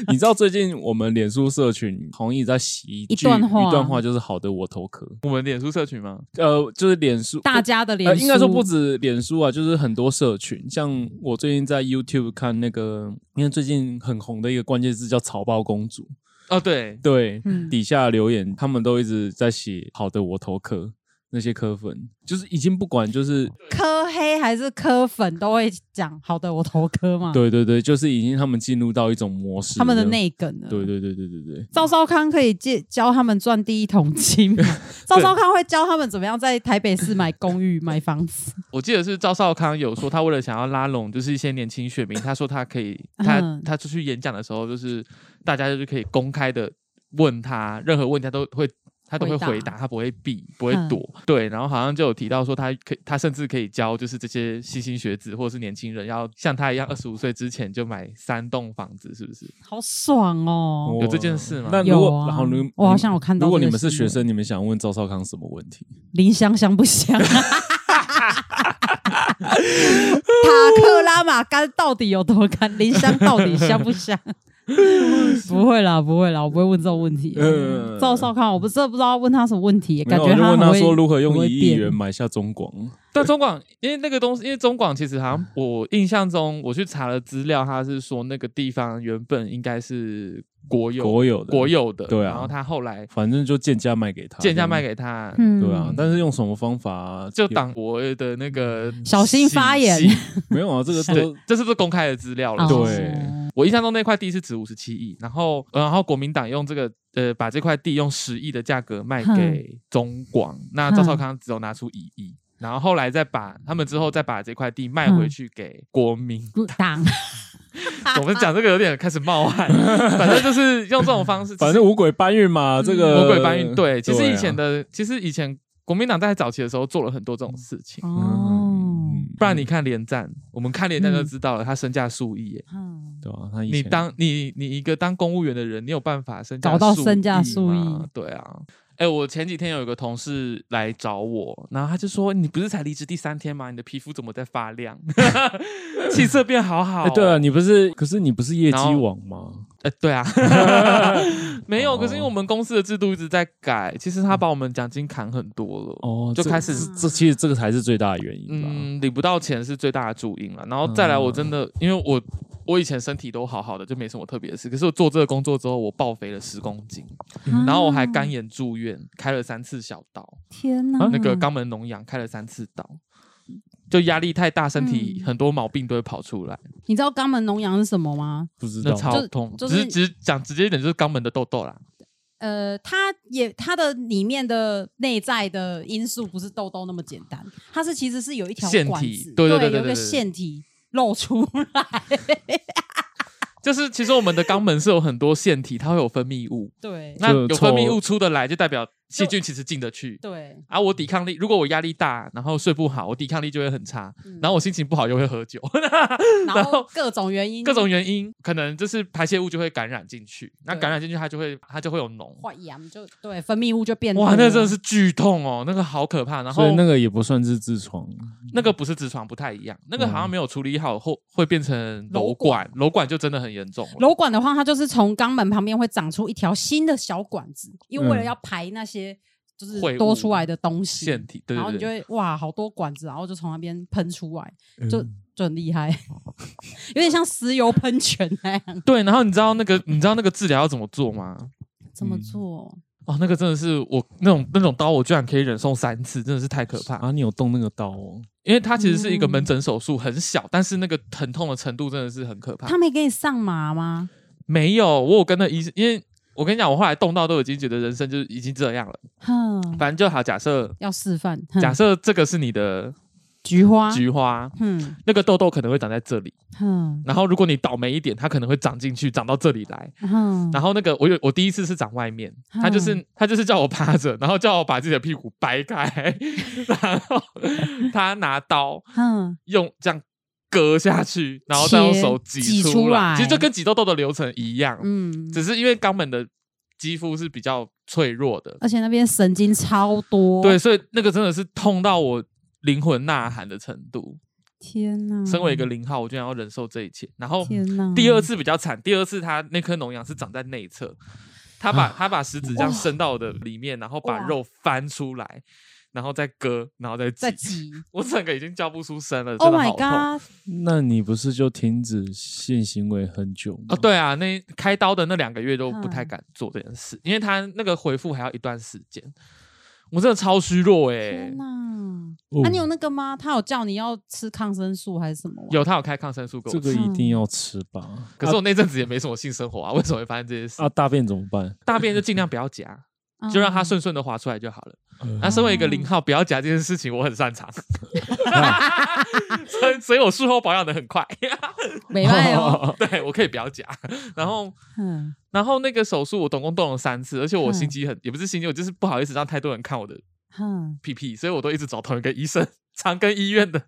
[SPEAKER 3] 你知道最近我们脸书社群同意在洗一句
[SPEAKER 1] 一段话
[SPEAKER 3] 一段话就是“好的，我投科
[SPEAKER 2] 我们脸书社群吗？”。
[SPEAKER 3] 呃，就是脸书
[SPEAKER 1] 大家的脸
[SPEAKER 3] 呃，
[SPEAKER 1] 书，
[SPEAKER 3] 应该说不止脸书啊，就是很多社群。像我最近在 YouTube 看那个，因为最近很红的一个关键字叫“草包公主
[SPEAKER 2] 哦，对”，，
[SPEAKER 3] 对，
[SPEAKER 1] 嗯
[SPEAKER 3] 底下留言他们都一直在写“好的，我投科”。那些科粉就是已经不管，就是
[SPEAKER 1] 科黑还是科粉都会讲。好的，我投科嘛，
[SPEAKER 3] 对对对，就是已经他们进入到一种模式，
[SPEAKER 1] 他们的内梗了。
[SPEAKER 3] 对对对对对对，
[SPEAKER 1] 赵少康可以借教他们赚第一桶金吗？赵少康会教他们怎么样在台北市买公寓、买房子。
[SPEAKER 2] 我记得是赵少康有说，他为了想要拉拢，就是一些年轻选民，他说他可以，他
[SPEAKER 1] 嗯
[SPEAKER 2] 他出去演讲的时候，就是大家就是可以公开的问他任何问题，他都会。他都会
[SPEAKER 1] 回答
[SPEAKER 2] 回答，他不会避，不会
[SPEAKER 1] 嗯
[SPEAKER 2] 躲。对，然后好像就有提到说，他可以他甚至可以教，就是这些新兴学子或者是年轻人，要像他一样，二十五岁之前就买三栋房子，是不是？
[SPEAKER 1] 好爽哦！
[SPEAKER 2] 有这件事吗
[SPEAKER 3] 那如
[SPEAKER 1] 有
[SPEAKER 3] 果
[SPEAKER 1] 啊，
[SPEAKER 3] 然后如
[SPEAKER 1] 我好像有看到
[SPEAKER 3] 如果
[SPEAKER 1] 这个
[SPEAKER 3] 你们是
[SPEAKER 1] 新
[SPEAKER 3] 学
[SPEAKER 1] 闻
[SPEAKER 3] 生，你们想问赵少康什么问题？
[SPEAKER 1] 林香香不 香？塔克拉玛干到底有多干？林香到底香不 香？不会啦，不会啦，我不会问这种问题。
[SPEAKER 3] 嗯
[SPEAKER 1] 赵少康，我不真的不知道问他什么问题，
[SPEAKER 3] 没
[SPEAKER 1] 感
[SPEAKER 3] 有
[SPEAKER 1] 觉
[SPEAKER 3] 我就问
[SPEAKER 1] 很
[SPEAKER 3] 他
[SPEAKER 1] 会
[SPEAKER 3] 说如何
[SPEAKER 1] 很
[SPEAKER 3] 用
[SPEAKER 1] 会
[SPEAKER 3] 一亿
[SPEAKER 1] 变
[SPEAKER 3] 元买下中广？
[SPEAKER 2] 但中广，因为那个东西，因为中广其实好像我印象中，我去查了资料，他是说那个地方原本应该是国有
[SPEAKER 3] 国有的，
[SPEAKER 2] 国，有的，
[SPEAKER 3] 对啊
[SPEAKER 2] 然后他后来
[SPEAKER 3] 反正就贱价卖给他，
[SPEAKER 2] 贱价卖给他，
[SPEAKER 1] 嗯
[SPEAKER 3] 这样对啊。但是用什么方法啊？
[SPEAKER 2] 就
[SPEAKER 3] 也
[SPEAKER 2] 党国的那个
[SPEAKER 3] 嗯
[SPEAKER 1] 小心发言
[SPEAKER 2] 信息
[SPEAKER 3] 没有啊，这个
[SPEAKER 2] 对
[SPEAKER 3] 都，
[SPEAKER 2] 这是不是公开的资料了？
[SPEAKER 1] 哦
[SPEAKER 3] 对嗯
[SPEAKER 2] 我印象中那块地是值五十七亿，然后、呃然后国民党用这个呃把这块地用十亿的价格卖给中广，那赵少康只有拿出一亿。然后后来再把他们之后再把这块地卖回去给国民，
[SPEAKER 1] 党，
[SPEAKER 2] 我们讲这个有点开始冒汗，反正就是用这种方式，
[SPEAKER 3] 反正五鬼搬运嘛，
[SPEAKER 1] 嗯
[SPEAKER 3] 这个
[SPEAKER 2] 魔鬼搬运。对，其实
[SPEAKER 3] 对啊
[SPEAKER 2] 以前的，其实以前国民党在早期的时候做了很多
[SPEAKER 3] 嗯
[SPEAKER 2] 这种事情。
[SPEAKER 3] 啊
[SPEAKER 1] 哦，
[SPEAKER 2] 不然你看连战，我们看连战就知道了，他身价数亿耶。
[SPEAKER 1] 嗯，
[SPEAKER 3] 对啊，他以前
[SPEAKER 2] 你当你你一个当公务员的人，你有办法身价
[SPEAKER 1] 搞到
[SPEAKER 2] 数
[SPEAKER 1] 身价
[SPEAKER 2] 吗
[SPEAKER 1] 数亿？
[SPEAKER 2] 对啊。哎、我前几天有一个同事来找我，然后他就说：“你不是才离职第三天吗？你的皮肤怎么在发亮？ 气色变好好、哦
[SPEAKER 3] 哎，对啊，，你不是，可是你不是业绩王吗？
[SPEAKER 2] 呃，对 啊，没有。可是因为我们公司的制度一直在改，其实他把我们奖金砍很多了。
[SPEAKER 3] 嗯哦，啊
[SPEAKER 2] 就
[SPEAKER 3] 这
[SPEAKER 2] 开始
[SPEAKER 3] 这这其实这个才是最大的原因吧。
[SPEAKER 2] 嗯，领不到钱是最大的主因了。然后再来，我
[SPEAKER 3] 嗯
[SPEAKER 2] 真的、因为我我以前身体都好好的，就没什么特别的事。可是我做这个工作之后，我爆肥了十公斤，然后我还肝
[SPEAKER 1] 啊
[SPEAKER 2] 炎住院，开了三次小刀，
[SPEAKER 1] 天哪
[SPEAKER 3] 啊，
[SPEAKER 2] 那个肛门脓疡开了三次刀。就压力太大，身体
[SPEAKER 1] 嗯
[SPEAKER 2] 很多毛病都会跑出来，
[SPEAKER 1] 你知道肛门脓疡是什么吗？
[SPEAKER 3] 不知
[SPEAKER 2] 那
[SPEAKER 3] 道，
[SPEAKER 2] 超痛。
[SPEAKER 1] 就
[SPEAKER 2] 只是
[SPEAKER 1] 就是
[SPEAKER 2] 只是讲直接一点，就是肛门的痘痘啦。
[SPEAKER 1] 呃，它也它的里面的内在的因素不是痘痘那么简单，它是其实是有一条
[SPEAKER 2] 腺
[SPEAKER 1] 管
[SPEAKER 2] 体
[SPEAKER 1] 子，
[SPEAKER 2] 对对对对
[SPEAKER 1] 有一
[SPEAKER 2] 对对
[SPEAKER 1] 个
[SPEAKER 2] 对
[SPEAKER 1] 腺体露出来，
[SPEAKER 2] 就是其实我们的肛门是有很多腺体，它会有分泌物。
[SPEAKER 1] 对
[SPEAKER 2] 那有
[SPEAKER 3] 就
[SPEAKER 2] 分泌
[SPEAKER 3] 臭
[SPEAKER 2] 物出得来，就代表细菌其实进得去。
[SPEAKER 1] 对，
[SPEAKER 2] 啊，我抵抗力，如果我压力大，然后睡不好，我抵抗力就会很差，
[SPEAKER 1] 嗯
[SPEAKER 2] 然后我心情不好又会喝酒，
[SPEAKER 1] 然
[SPEAKER 2] 后
[SPEAKER 1] 后各种原因
[SPEAKER 2] 各种原因，可能就是排泄物就会感染进去，那
[SPEAKER 1] 对
[SPEAKER 2] 感染进去它就会它就会有脓，
[SPEAKER 1] 坏炎就对分泌物就变
[SPEAKER 2] 哇，
[SPEAKER 1] 多
[SPEAKER 2] 那真的是剧痛哦，那个好可怕。然
[SPEAKER 3] 所
[SPEAKER 2] 后
[SPEAKER 3] 以那个也不算是痔疮，
[SPEAKER 2] 那个不是痔疮，不太一样，那个好像
[SPEAKER 3] 嗯
[SPEAKER 2] 没有处理好后会变成
[SPEAKER 1] 瘘
[SPEAKER 2] 瘘管，瘘管就真的很严重了。
[SPEAKER 1] 瘘管的话，它就是从肛门旁边会长出一条新的小管子，因为为了
[SPEAKER 3] 嗯
[SPEAKER 1] 要排那些就是
[SPEAKER 2] 秽物
[SPEAKER 1] 多出来的东西，
[SPEAKER 2] 腺体，对
[SPEAKER 1] 然后
[SPEAKER 2] 对
[SPEAKER 1] 你就
[SPEAKER 2] 对，
[SPEAKER 1] 会哇，好多管子，然后就从那边喷出来，
[SPEAKER 2] 嗯
[SPEAKER 1] 就
[SPEAKER 3] 嗯
[SPEAKER 1] 就很厉害， 有点像石油喷泉那样。
[SPEAKER 2] 对。然后你知道那个你知道那个治疗要怎么做吗？
[SPEAKER 1] 怎么
[SPEAKER 3] 嗯
[SPEAKER 1] 做？
[SPEAKER 2] 哦，那个真的是我那种那种刀，我居然可以忍受三次，真的是太可怕。
[SPEAKER 3] 啊，你有动那个刀哦，
[SPEAKER 2] 因为它其实是一个
[SPEAKER 1] 嗯
[SPEAKER 2] 门诊手术，很小，但是那个疼痛的程度真的是很可怕
[SPEAKER 1] 他。没给你上麻吗？
[SPEAKER 2] 没有，我有跟那医生，因为我跟你讲，我后来动到都已经觉得人生就是已经这样了。
[SPEAKER 1] 哼，
[SPEAKER 2] 反正就好，假设
[SPEAKER 1] 要示范。哼
[SPEAKER 2] 假设这个是你的
[SPEAKER 1] 菊嗯花，
[SPEAKER 2] 菊花，
[SPEAKER 1] 哼
[SPEAKER 2] 那个痘痘可能会长在这里，
[SPEAKER 1] 哼
[SPEAKER 2] 然后如果你倒霉一点，它可能会长进去，长到这里来。
[SPEAKER 1] 嗯哼，
[SPEAKER 2] 然后那个我有我第一次是长外面，
[SPEAKER 1] 嗯
[SPEAKER 2] 他就是他就是叫我趴着，然后叫我把自己的屁股掰开， 然后 他拿刀
[SPEAKER 1] 哼
[SPEAKER 2] 用这样割下去，然后再用
[SPEAKER 1] 切
[SPEAKER 2] 手
[SPEAKER 1] 挤
[SPEAKER 2] 挤
[SPEAKER 1] 出来
[SPEAKER 2] 来，其实就跟挤痘痘的流程一样，
[SPEAKER 1] 嗯，
[SPEAKER 2] 只是因为肛门的肌肤是比较脆弱的，
[SPEAKER 1] 而且那边神经超多。
[SPEAKER 2] 对，，所以那个真的是痛到我灵魂呐喊的程度。
[SPEAKER 1] 天哪！
[SPEAKER 2] 身为一个零号，我居然要忍受这一切。然后
[SPEAKER 1] 嗯天哪，
[SPEAKER 2] 第二次比较惨，第二次他那颗脓疡是长在内侧，他把他把食指这样伸到我的里面，然后把
[SPEAKER 1] 啊哇
[SPEAKER 2] 肉翻出来，然后再割，然后再
[SPEAKER 1] 再
[SPEAKER 2] 挤。
[SPEAKER 1] 挤。
[SPEAKER 2] 我整个已经叫不出声了，真
[SPEAKER 1] Oh
[SPEAKER 2] 的
[SPEAKER 1] my
[SPEAKER 2] 好痛。
[SPEAKER 1] god！
[SPEAKER 3] 那你不是就停止性行为很久吗？
[SPEAKER 2] 哦，，对啊，那开刀的那两个月都不太
[SPEAKER 1] 嗯
[SPEAKER 2] 敢做这件事，因为他那个回复还要一段时间。我真的超虚弱哎、
[SPEAKER 1] 天哪！
[SPEAKER 3] 哦
[SPEAKER 1] 啊，你有那个吗？他有叫你要吃抗生素还是什么吗？
[SPEAKER 2] 有他有开抗生素给我
[SPEAKER 3] 这
[SPEAKER 2] 吃，
[SPEAKER 3] 个一定要吃吧？
[SPEAKER 2] 可是我那阵子也没什么性生活啊，为什么会发生这些事？
[SPEAKER 3] 啊，大便怎么办？
[SPEAKER 2] 大便就尽量不要夹，
[SPEAKER 1] 嗯，
[SPEAKER 2] 就让它顺顺的滑出来就好了。那、
[SPEAKER 3] 啊
[SPEAKER 2] 身为一个零号，不要夹这件事情，我很擅 长，所以所以我术后保养的很快。
[SPEAKER 1] 没办法 哦。
[SPEAKER 2] 对我可以不要夹，然后
[SPEAKER 1] 嗯
[SPEAKER 2] 然后那个手术我总共动了三次，而且我
[SPEAKER 1] 嗯
[SPEAKER 2] 心机很也不是心机，我就是不好意思让太多人看我的
[SPEAKER 1] 哼
[SPEAKER 2] 屁屁，所以我都一直找同一个医生， 长庚医院的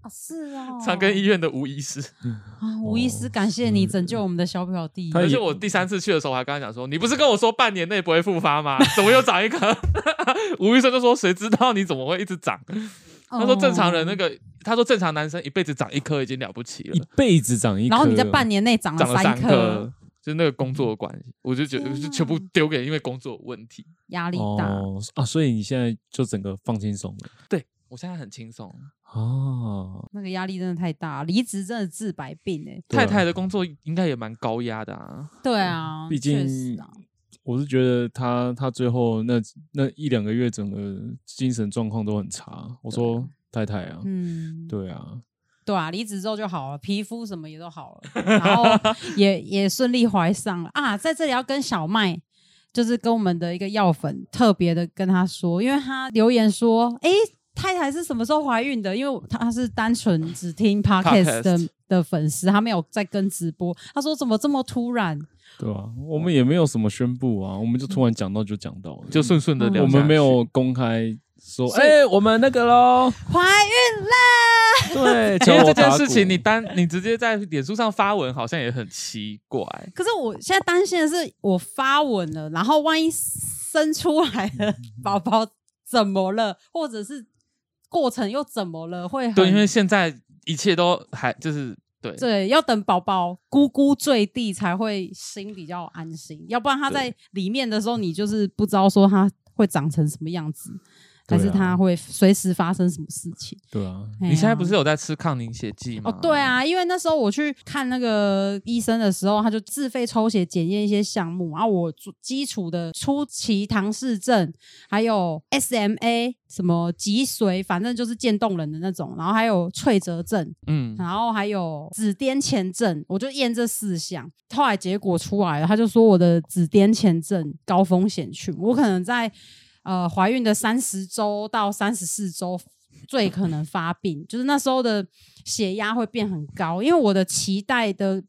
[SPEAKER 1] 啊，是哦。
[SPEAKER 2] 长庚医院的吴医师。 哦
[SPEAKER 1] 啊，吴医师，感谢你拯救我们的小表弟。
[SPEAKER 3] 他
[SPEAKER 2] 而
[SPEAKER 3] 也
[SPEAKER 2] 且我第三次去的时候，我还跟他讲说：“你不是跟我说半年内不会复发 吗？怎么又长一颗？” 吴医生就说：“谁知道你怎么会一直长？”他说：“正常人那
[SPEAKER 1] 哦，
[SPEAKER 2] 个，他说正常男生一辈子长一颗已经了不起
[SPEAKER 3] 啊一
[SPEAKER 2] 了，
[SPEAKER 3] 辈子长一颗，
[SPEAKER 1] 然后你在半年内长
[SPEAKER 2] 长了
[SPEAKER 1] 嗯三
[SPEAKER 2] 三
[SPEAKER 1] 颗，
[SPEAKER 2] 颗。”就是那个工作的关系，我就觉得
[SPEAKER 1] 天哪
[SPEAKER 2] 就全部丢给因为工作的问题。
[SPEAKER 1] 压力大。
[SPEAKER 3] 哦啊，所以你现在就整个放轻松了
[SPEAKER 2] 对我现在很轻松，
[SPEAKER 3] 哦。
[SPEAKER 1] 那个压力真的太大，离职真的治百病哎、
[SPEAKER 3] 对啊
[SPEAKER 2] 太太的工作应该也蛮高压的啊。
[SPEAKER 1] 对啊，
[SPEAKER 3] 毕
[SPEAKER 1] 确
[SPEAKER 3] 竟
[SPEAKER 1] 实啊，
[SPEAKER 3] 我是觉得他他最后那那一两个月整个精神状况都很差。我说太太啊，
[SPEAKER 1] 嗯，
[SPEAKER 3] 对啊，
[SPEAKER 1] 对啊，离职之后就好了，皮肤什么也都好了，然后也也顺利怀上了啊。在这里要跟小麦，就是跟我们的一个药粉特别的跟他说，因为他留言说，诶，太太是什么时候怀孕的？因为我他是单纯只听 podcast 的的粉丝，他没有在跟直播。他说怎么这么突然？
[SPEAKER 3] 对吧、
[SPEAKER 1] 哦
[SPEAKER 3] 我们也没有什么宣布啊，我们
[SPEAKER 1] 嗯
[SPEAKER 3] 就突然讲到就讲到了，
[SPEAKER 2] 就顺顺的聊。
[SPEAKER 3] 我们没，有公开说，
[SPEAKER 1] 所以
[SPEAKER 3] 哎、我们那个 喽，
[SPEAKER 1] 怀孕啦！
[SPEAKER 3] 对，
[SPEAKER 2] 因
[SPEAKER 3] 敲
[SPEAKER 2] 为这
[SPEAKER 3] 锣
[SPEAKER 2] 件
[SPEAKER 3] 打
[SPEAKER 2] 事
[SPEAKER 3] 鼓
[SPEAKER 2] 情，你单你直接在脸书上发文，好像也很奇怪。
[SPEAKER 1] 可是我现在担心的是，我发文了，然后万一生出来了宝宝怎么了，或者是过程又怎么了，会很
[SPEAKER 2] 对，因为现在一切都还就是对，
[SPEAKER 1] 对，要等宝宝咕咕坠地才会心比较安心，要不然他在里面的时候，你就是不知道说他会长成什么样子，还是
[SPEAKER 3] 对啊
[SPEAKER 1] 他会随时发生什么事情。
[SPEAKER 3] 对啊，
[SPEAKER 1] 哎
[SPEAKER 2] 你现在
[SPEAKER 1] 呀
[SPEAKER 2] 不是有在吃抗凝血剂吗？
[SPEAKER 1] 哦，对，啊，因为那时候我去看那个医生的时候，他就自费抽血检验一些项目啊，我主基础的初期唐氏症，还有 SMA 什么脊髓，反正就是渐冻人的那种，然后还有脆折症，
[SPEAKER 2] 嗯，
[SPEAKER 1] 然后还有紫癜前症，我就验这四项，后来结果出来了，他就说我的紫癜前症高风险群，我可能在呃怀孕的三十周到三十四周最可能发病，就是那时候的血压会变很高，因为我的脐带的。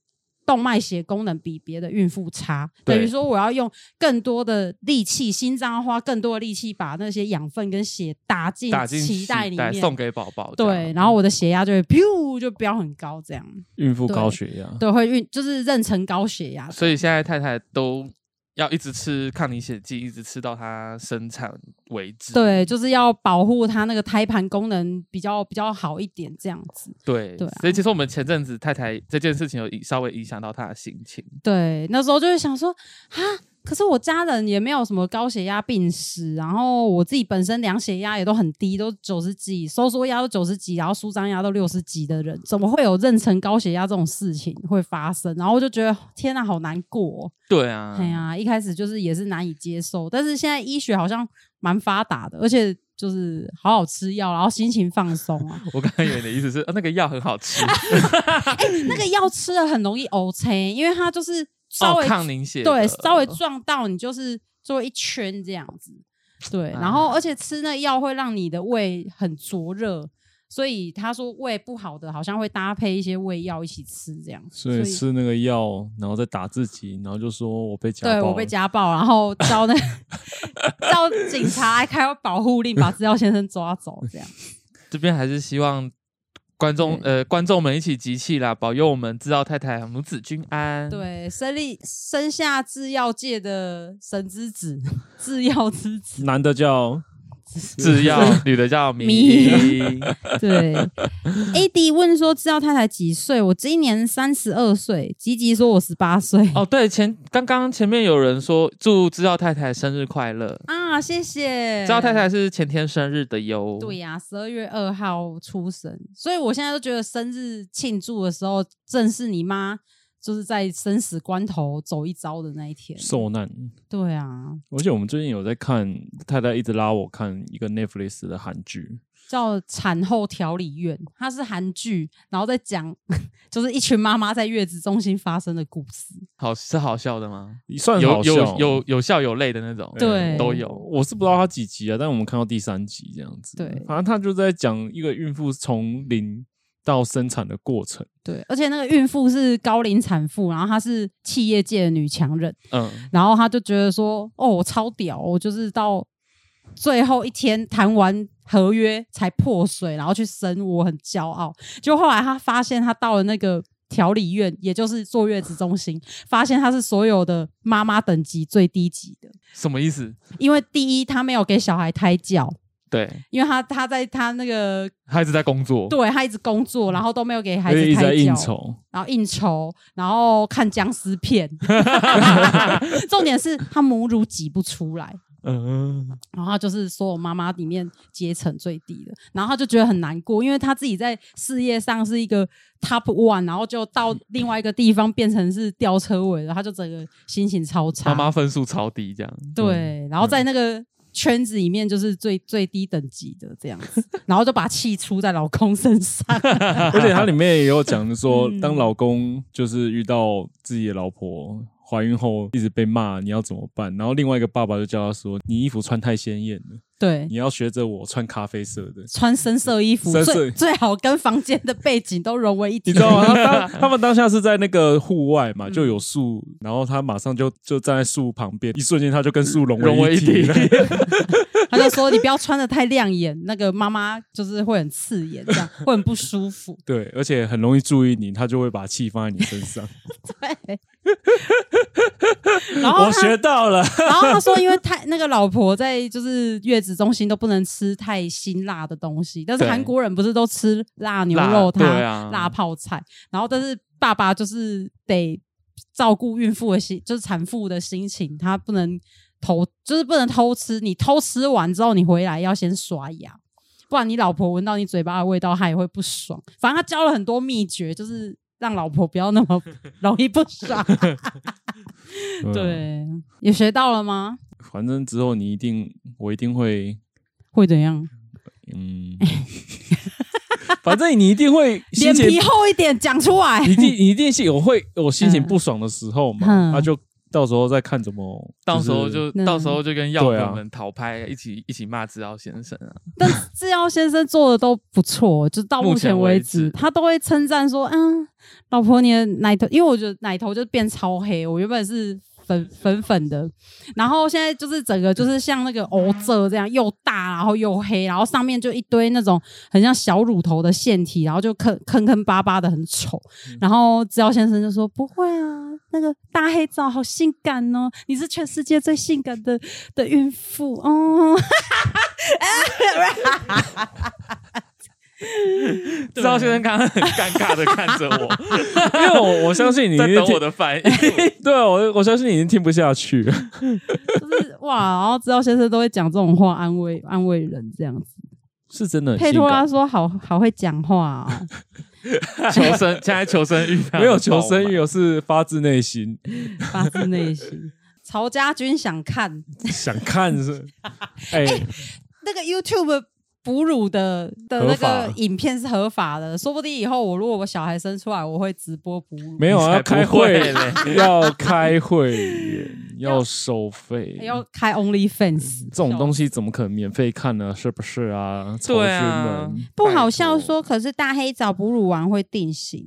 [SPEAKER 1] 动脉血功能比别的孕妇差，
[SPEAKER 2] 对
[SPEAKER 1] 等于说我要用更多的力气，心脏要花更多的力气把那些养分跟血打进
[SPEAKER 2] 打进
[SPEAKER 1] 脐带里面，
[SPEAKER 2] 送给宝宝。
[SPEAKER 1] 对，，然后我的血压就会噗就飙很高，这样
[SPEAKER 3] 孕妇
[SPEAKER 1] 对
[SPEAKER 3] 高血压，
[SPEAKER 1] 对，会孕就是妊娠高血压。
[SPEAKER 2] 所以现在太太都要一直吃抗凝血剂，一直吃到她生产为止。
[SPEAKER 1] 对，就是要保护她那个胎盘功能比较比较好一点，这样子。
[SPEAKER 2] 对
[SPEAKER 1] 对啊
[SPEAKER 2] 所以其实我们前阵子太太这件事情有影稍微影响到她的心情。
[SPEAKER 1] 对，那时候就会想说啊，可是我家人也没有什么高血压病史，然后我自己本身量血压也都很低，都九十几，收缩压都九十几，然后舒张压都六十几的人，怎么会有妊娠高血压这种事情会发生？然后我就觉得天呐，好难过哦、
[SPEAKER 2] 对啊，
[SPEAKER 1] 哎呀、一开始就是也是难以接受，但是现在医学好像蛮发达的，而且就是好好吃药，然后心情放松啊。
[SPEAKER 2] 我刚才以为你的意思是，呃那个药很好吃，
[SPEAKER 1] 那个药吃了很容易 O C，因为它就是 稍
[SPEAKER 2] 哦
[SPEAKER 1] 微、，
[SPEAKER 2] 抗凝血的，哦
[SPEAKER 1] 对稍微撞到你就是做一圈这样子，对，然
[SPEAKER 2] 啊
[SPEAKER 1] 后而且吃那药会让你的胃很灼热。所以他说胃不好的，好像会搭配一些胃药一起吃这样，
[SPEAKER 3] 所以吃那个药，然后再打自己，然后就说我被家暴
[SPEAKER 1] 对
[SPEAKER 3] 了，
[SPEAKER 1] 我被家暴，然后招 那招警察来开保护令，把资料先生抓走，这样。
[SPEAKER 2] 这边还是希望观
[SPEAKER 1] 嗯
[SPEAKER 2] 众呃观众们一起集气啦，保佑我们知道太太母子均安。，
[SPEAKER 1] 对，生立生下制药界的神之子，制药之子。
[SPEAKER 3] 男的叫
[SPEAKER 2] 制药女的叫迷
[SPEAKER 1] 迷，对，AD 问说制药太太几岁？我今年三十二岁，吉吉说我十八岁。
[SPEAKER 2] 哦，对，前刚刚前面有人说祝知道太太生日快乐，
[SPEAKER 1] 啊，谢谢。
[SPEAKER 2] 知道太太是前天生日的哟。
[SPEAKER 1] 对呀、十二月二号出生，所以我现在都觉得生日庆祝的时候，正是你妈就是在生死关头走一遭的那一天。
[SPEAKER 3] 受难。
[SPEAKER 1] 对啊，
[SPEAKER 3] 而且我们最近有在看，太太一直拉我看一个 Netflix 的韩剧，
[SPEAKER 1] 叫《产后调理院》，它是韩剧，然后再讲 就是一群妈妈在月子中心发生的故事。
[SPEAKER 2] 好是好笑的吗？
[SPEAKER 3] 算
[SPEAKER 2] 有
[SPEAKER 3] 好笑
[SPEAKER 2] 有
[SPEAKER 3] 嗯
[SPEAKER 2] 有有笑有泪的那种。
[SPEAKER 1] 对
[SPEAKER 2] 都有
[SPEAKER 3] 我是不知道它几集啊，但我们看到第三集这样子。
[SPEAKER 1] 对
[SPEAKER 3] 反正他就在讲一个孕妇从零到生产的过程。
[SPEAKER 1] 对，而且那个孕妇是高龄产妇，然后她是企业界的女强人，
[SPEAKER 2] 嗯，
[SPEAKER 1] 然后她就觉得说：“哦，我超屌，我就是到最后一天谈完合约才破水，然后去生，我很骄傲。”就后来她发现，她到了那个。调理院，也就是坐月子中心，发现她是所有的妈妈等级最低级的，
[SPEAKER 2] 什么意思？
[SPEAKER 1] 因为第一，她没有给小孩胎教，
[SPEAKER 2] 对，
[SPEAKER 1] 因为她她在她那个
[SPEAKER 2] 他一直在工作。
[SPEAKER 1] 对她一直工作，然后都没有给孩
[SPEAKER 3] 因为
[SPEAKER 1] 子
[SPEAKER 3] 一直
[SPEAKER 1] 胎
[SPEAKER 3] 在
[SPEAKER 1] 教
[SPEAKER 3] 应，酬，
[SPEAKER 1] 然后应酬，然后看僵尸 片。重点是她母乳挤不出来，
[SPEAKER 2] 嗯，
[SPEAKER 1] 然后她就是所有妈妈里面阶层最低的，然后她就觉得很难过，因为她自己在事业上是一个 top one，然后就到另外一个地方变成是吊车尾了，她就整个心情超差。
[SPEAKER 2] 妈妈分数超低，这样
[SPEAKER 3] 嗯
[SPEAKER 1] 对，然后在那个。圈子里面就是最最低等级的这样子，然后就把气出在老公身 上。
[SPEAKER 3] 而且它里面也有讲说
[SPEAKER 1] 嗯，
[SPEAKER 3] 当老公就是遇到自己的老婆怀孕后一直被骂，你要怎么办？然后另外一个爸爸就教他说，你衣服穿太鲜艳了，
[SPEAKER 1] 对
[SPEAKER 3] 你，要学着我穿咖啡色的。
[SPEAKER 1] 穿深色衣服
[SPEAKER 3] 深色
[SPEAKER 1] 最最好跟房间的背景都融为一体。
[SPEAKER 3] 你 知道吗？他当他们当下是在那个户外
[SPEAKER 2] 嗯
[SPEAKER 3] 嘛，就有树，然后他马上就就站在树旁边，一瞬间他就跟树融
[SPEAKER 2] 融为
[SPEAKER 3] 为
[SPEAKER 2] 一
[SPEAKER 3] 一体
[SPEAKER 2] 体
[SPEAKER 3] 了。
[SPEAKER 1] 他就说你不要穿的太亮眼，那个妈妈就是会很刺眼，这样会很不舒服。
[SPEAKER 3] 对，而且很容易注意你，他就会把气放在你身 上。
[SPEAKER 1] 对， 然后他
[SPEAKER 3] 我学 到了，
[SPEAKER 1] 然后他说，因为太那个老婆在就是月子中心都不能吃太辛辣的东西，但是
[SPEAKER 3] 对
[SPEAKER 1] 韩国人不是都吃辣牛肉
[SPEAKER 2] 辣
[SPEAKER 1] 汤、
[SPEAKER 2] 对啊
[SPEAKER 1] 辣泡菜，然后但是爸爸就是得照顾孕妇的心，就是产妇的心情，他不能偷，就是不能偷吃。你偷吃完之后，你回来要先刷牙。不然你老婆闻到你嘴巴的味道，她也会不爽。反正他教了很多秘诀，就是让老婆不要那么容易不 爽。
[SPEAKER 3] 啊，
[SPEAKER 1] 对，也学到了吗？
[SPEAKER 3] 反正之后你一定，我一定会，
[SPEAKER 1] 会怎样？
[SPEAKER 3] 嗯，反正你一定会心
[SPEAKER 1] 脸
[SPEAKER 3] 情，
[SPEAKER 1] 皮厚一点讲出来。
[SPEAKER 3] 你一定你一定是我会我心情不爽的时候嘛，
[SPEAKER 1] 嗯
[SPEAKER 3] 那、就到时候再看怎么，
[SPEAKER 2] 到时候
[SPEAKER 3] 是
[SPEAKER 2] 就
[SPEAKER 1] 嗯
[SPEAKER 2] 到时候就跟药
[SPEAKER 3] 对啊
[SPEAKER 2] 粉们讨拍，一起一起骂知道先生啊，
[SPEAKER 1] 但志耀先生做的都不错，就到目前为
[SPEAKER 2] 目前
[SPEAKER 1] 止，
[SPEAKER 2] 为止
[SPEAKER 1] 他都会称赞说：“嗯，老婆，你的奶头，因为我觉得奶头就变超黑，我原本是粉粉粉的，然后现在就是整个就是像那个欧泽这样，又大然后又黑，然后上面就一堆那种很像小乳头的腺体，然后就坑坑坑巴巴的，很丑。然后志耀先生就说：“不会啊，那个大黑枣好性感哦，你是全世界最性感的的孕妇哦。
[SPEAKER 2] 知道先生刚刚很尴尬的看着我，
[SPEAKER 3] 因为我我相信你一
[SPEAKER 2] 在
[SPEAKER 3] 定
[SPEAKER 2] 等
[SPEAKER 3] 听
[SPEAKER 2] 我的 反应。
[SPEAKER 3] 对啊我我相信你已经听不下去了。”
[SPEAKER 1] 就是 哇，然后志耀先生都会讲这种话安慰安慰人这样子。
[SPEAKER 3] 是真的 很
[SPEAKER 1] 佩
[SPEAKER 3] 性
[SPEAKER 1] 托啊拉
[SPEAKER 3] 感，
[SPEAKER 1] 说好：“好会讲话、哦。
[SPEAKER 2] 求生，现在求生欲
[SPEAKER 3] 没有求生欲，我是发自内心
[SPEAKER 1] 发自内心。曹家军想看
[SPEAKER 3] 想看是。哎、
[SPEAKER 1] 那个 YouTube 哺乳的的那
[SPEAKER 3] 合法
[SPEAKER 1] 个影片是合法的，说不定以后我如果我小孩生出来，我会直播哺乳。
[SPEAKER 3] 没有啊，
[SPEAKER 2] 你
[SPEAKER 3] 要
[SPEAKER 2] 才
[SPEAKER 3] 开
[SPEAKER 2] 不会
[SPEAKER 3] 会
[SPEAKER 2] 嘞，
[SPEAKER 3] 要开会员，要收费，
[SPEAKER 1] 哎要开 OnlyFans，
[SPEAKER 3] 这种东西怎么可能免费看呢？是不是啊？仇
[SPEAKER 2] 对
[SPEAKER 3] 军
[SPEAKER 2] 啊
[SPEAKER 3] 们，
[SPEAKER 1] 不好笑说，可是大黑枣哺乳完会定型，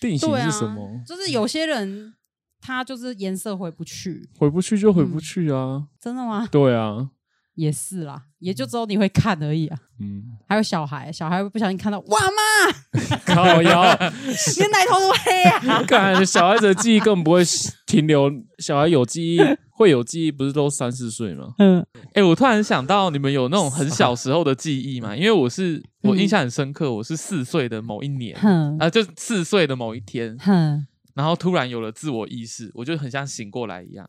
[SPEAKER 3] 定型
[SPEAKER 1] 对啊
[SPEAKER 3] 是什么？
[SPEAKER 1] 就是有些人他就是颜色回不去，
[SPEAKER 3] 回不去就回不去啊。
[SPEAKER 1] 真的吗？
[SPEAKER 3] 对啊，
[SPEAKER 1] 也是啦，也就只有你会看而已啊。
[SPEAKER 3] 嗯，
[SPEAKER 1] 还有小孩，小孩会不小心看到，哇妈，
[SPEAKER 3] 靠腰，
[SPEAKER 1] 你的奶头怎么黑啊？
[SPEAKER 3] 看小孩子的记忆更不会停留。小孩有记忆，会有记忆，不是都三四岁吗？
[SPEAKER 1] 嗯，
[SPEAKER 2] 哎、我突然想到，你们有那种很小时候的记忆嘛？因为我是我
[SPEAKER 1] 嗯
[SPEAKER 2] 印象很深刻，我是四岁的某一 年啊、
[SPEAKER 1] 哼
[SPEAKER 2] 就四岁的某一天，
[SPEAKER 1] 哼，
[SPEAKER 2] 然后突然有了自我意识，我就很像醒过来一样。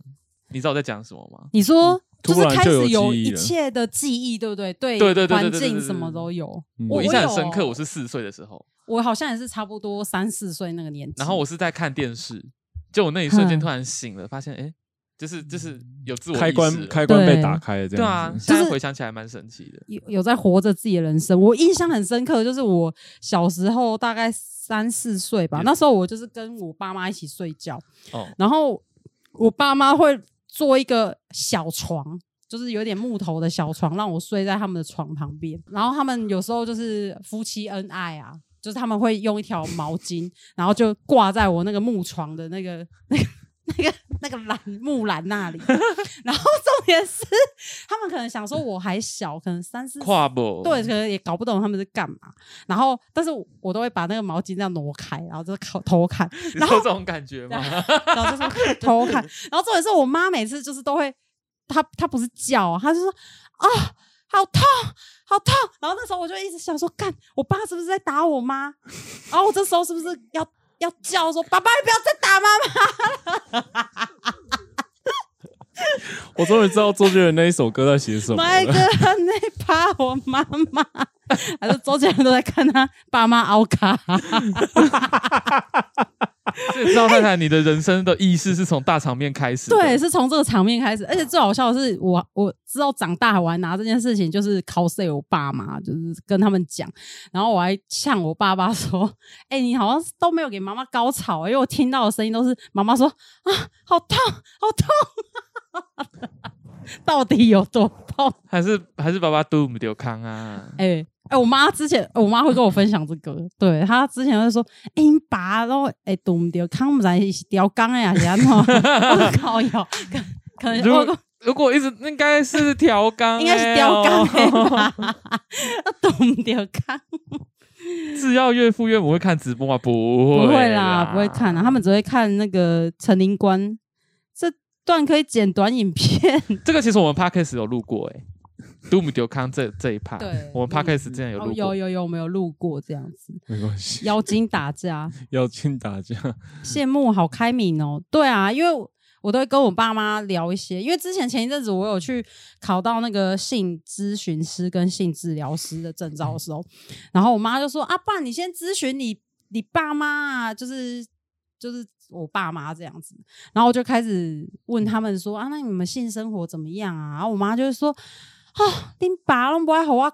[SPEAKER 2] 你知道我在讲什么吗？
[SPEAKER 1] 你说
[SPEAKER 3] 突
[SPEAKER 1] 就是
[SPEAKER 3] 然
[SPEAKER 1] 开
[SPEAKER 3] 就
[SPEAKER 1] 始
[SPEAKER 3] 有
[SPEAKER 1] 有
[SPEAKER 3] 记忆
[SPEAKER 1] 一
[SPEAKER 3] 了
[SPEAKER 1] 切的记忆，对不对？对
[SPEAKER 2] 对对对对
[SPEAKER 1] 环
[SPEAKER 2] 对对
[SPEAKER 1] 境
[SPEAKER 2] 对
[SPEAKER 1] 什么
[SPEAKER 2] 对
[SPEAKER 1] 都有。
[SPEAKER 3] 嗯
[SPEAKER 1] 我
[SPEAKER 2] 印象很深刻，
[SPEAKER 1] 有
[SPEAKER 2] 我是四岁的时候，
[SPEAKER 1] 我好像也是差不多三四岁那个年纪，
[SPEAKER 2] 然后我是在看电视，就我那一瞬间
[SPEAKER 1] 哼
[SPEAKER 2] 突然醒了，发现哎、诶就是就是有自我意识
[SPEAKER 3] 嗯开关
[SPEAKER 2] 了
[SPEAKER 3] 开关被
[SPEAKER 1] 对
[SPEAKER 3] 打开了，这
[SPEAKER 2] 对啊
[SPEAKER 3] 样，子。
[SPEAKER 2] 现
[SPEAKER 1] 就
[SPEAKER 2] 在
[SPEAKER 1] 是
[SPEAKER 2] 回想起来蛮神奇的。
[SPEAKER 1] 有有在活着自己的人生。我印象很深刻，就是我小时候大概三四岁吧，
[SPEAKER 2] 嗯
[SPEAKER 1] 那时候我就是跟我爸妈一起睡觉，
[SPEAKER 2] 哦，
[SPEAKER 1] 然后我爸妈会做一个小床，就是有点木头的小床，让我睡在他们的床旁边。然后他们有时候就是夫妻恩爱啊，就是他们会用一条毛巾，然后就挂在我那个木床的那个那个。那个那个栏木栏那里， 然后重点是，他们可能想说我还小，可能三四岁
[SPEAKER 2] 跨步
[SPEAKER 1] 对，可能也搞不懂他们是干嘛。然后，但是我我都会把那个毛巾这样挪开，然后就靠偷看，
[SPEAKER 2] 你
[SPEAKER 1] 然
[SPEAKER 2] 说
[SPEAKER 1] 后
[SPEAKER 2] 这种感觉吗？
[SPEAKER 1] 然后就 说偷看。然后重点是我妈每次就是都会，她她不是叫啊，她就说啊、好痛，好痛。然后那时候我就一直想说，干，我爸是不是在打我妈？然后我这时候是不是要要叫说，爸爸你不要再打妈妈？
[SPEAKER 3] 我终于知道周杰伦那一首歌在 写什么
[SPEAKER 1] 买
[SPEAKER 3] 了
[SPEAKER 1] 个。那怕我妈妈， 还是周杰伦都在看他爸妈熬卡。
[SPEAKER 2] 所以赵太太，你的人生的意识是从大场面开始的。
[SPEAKER 1] 对，是从这个场面开始，而且最好笑的是我，我之后长大我还拿这件事情就是 cos 我爸妈，就是跟他们讲，然后我还向我爸爸说：“哎、你好像都没有给妈妈高潮、欸因为我听到的声音都是妈妈说啊，好痛，好痛， 到底有多痛？”
[SPEAKER 2] 还是还是爸爸 doom 丢康啊？
[SPEAKER 1] 哎、哎、我妈之前，我妈会跟我分享这个，对她之前会说，哎、你爸都哎懂不掉，看不来是掉缸哎呀，是安怎？ 我靠哟，可可能
[SPEAKER 2] 如
[SPEAKER 1] 我
[SPEAKER 2] 果如果一直应该是调 缸、
[SPEAKER 1] 应该是掉缸
[SPEAKER 2] 哎
[SPEAKER 1] 哎
[SPEAKER 2] 哦。
[SPEAKER 1] 吧，懂不掉缸，
[SPEAKER 2] 只要岳父岳母会看直播吗？啊不
[SPEAKER 1] 不
[SPEAKER 2] 会，
[SPEAKER 1] 会啦，，
[SPEAKER 2] 啦
[SPEAKER 1] 不会看啊啦，他们只会看那个陈林官这段可以剪短影片，
[SPEAKER 2] 这个其实我们 podcast 有录过哎、欸、，Doom 丢康这这一 趴，
[SPEAKER 1] 对
[SPEAKER 2] 我们 podcast 之前有录
[SPEAKER 1] 哦
[SPEAKER 2] 过，
[SPEAKER 1] 有有有，我们有录过这样子，
[SPEAKER 3] 没关系，
[SPEAKER 1] 妖精打架。
[SPEAKER 3] 要进打架，
[SPEAKER 1] 羡慕，好开明哦。对啊，因为我我都会跟我爸妈聊一些，因为之前前一阵子我有去考到那个性咨询师跟性治疗师的证照的时候，然后我妈就说：“啊，爸，你先咨询你你爸妈啊，就是就是我爸妈这样子。”然后我就开始问他们说：“啊，那你们性生活怎么样啊？”然后我妈就会说：“啊、你爸拢不爱好我，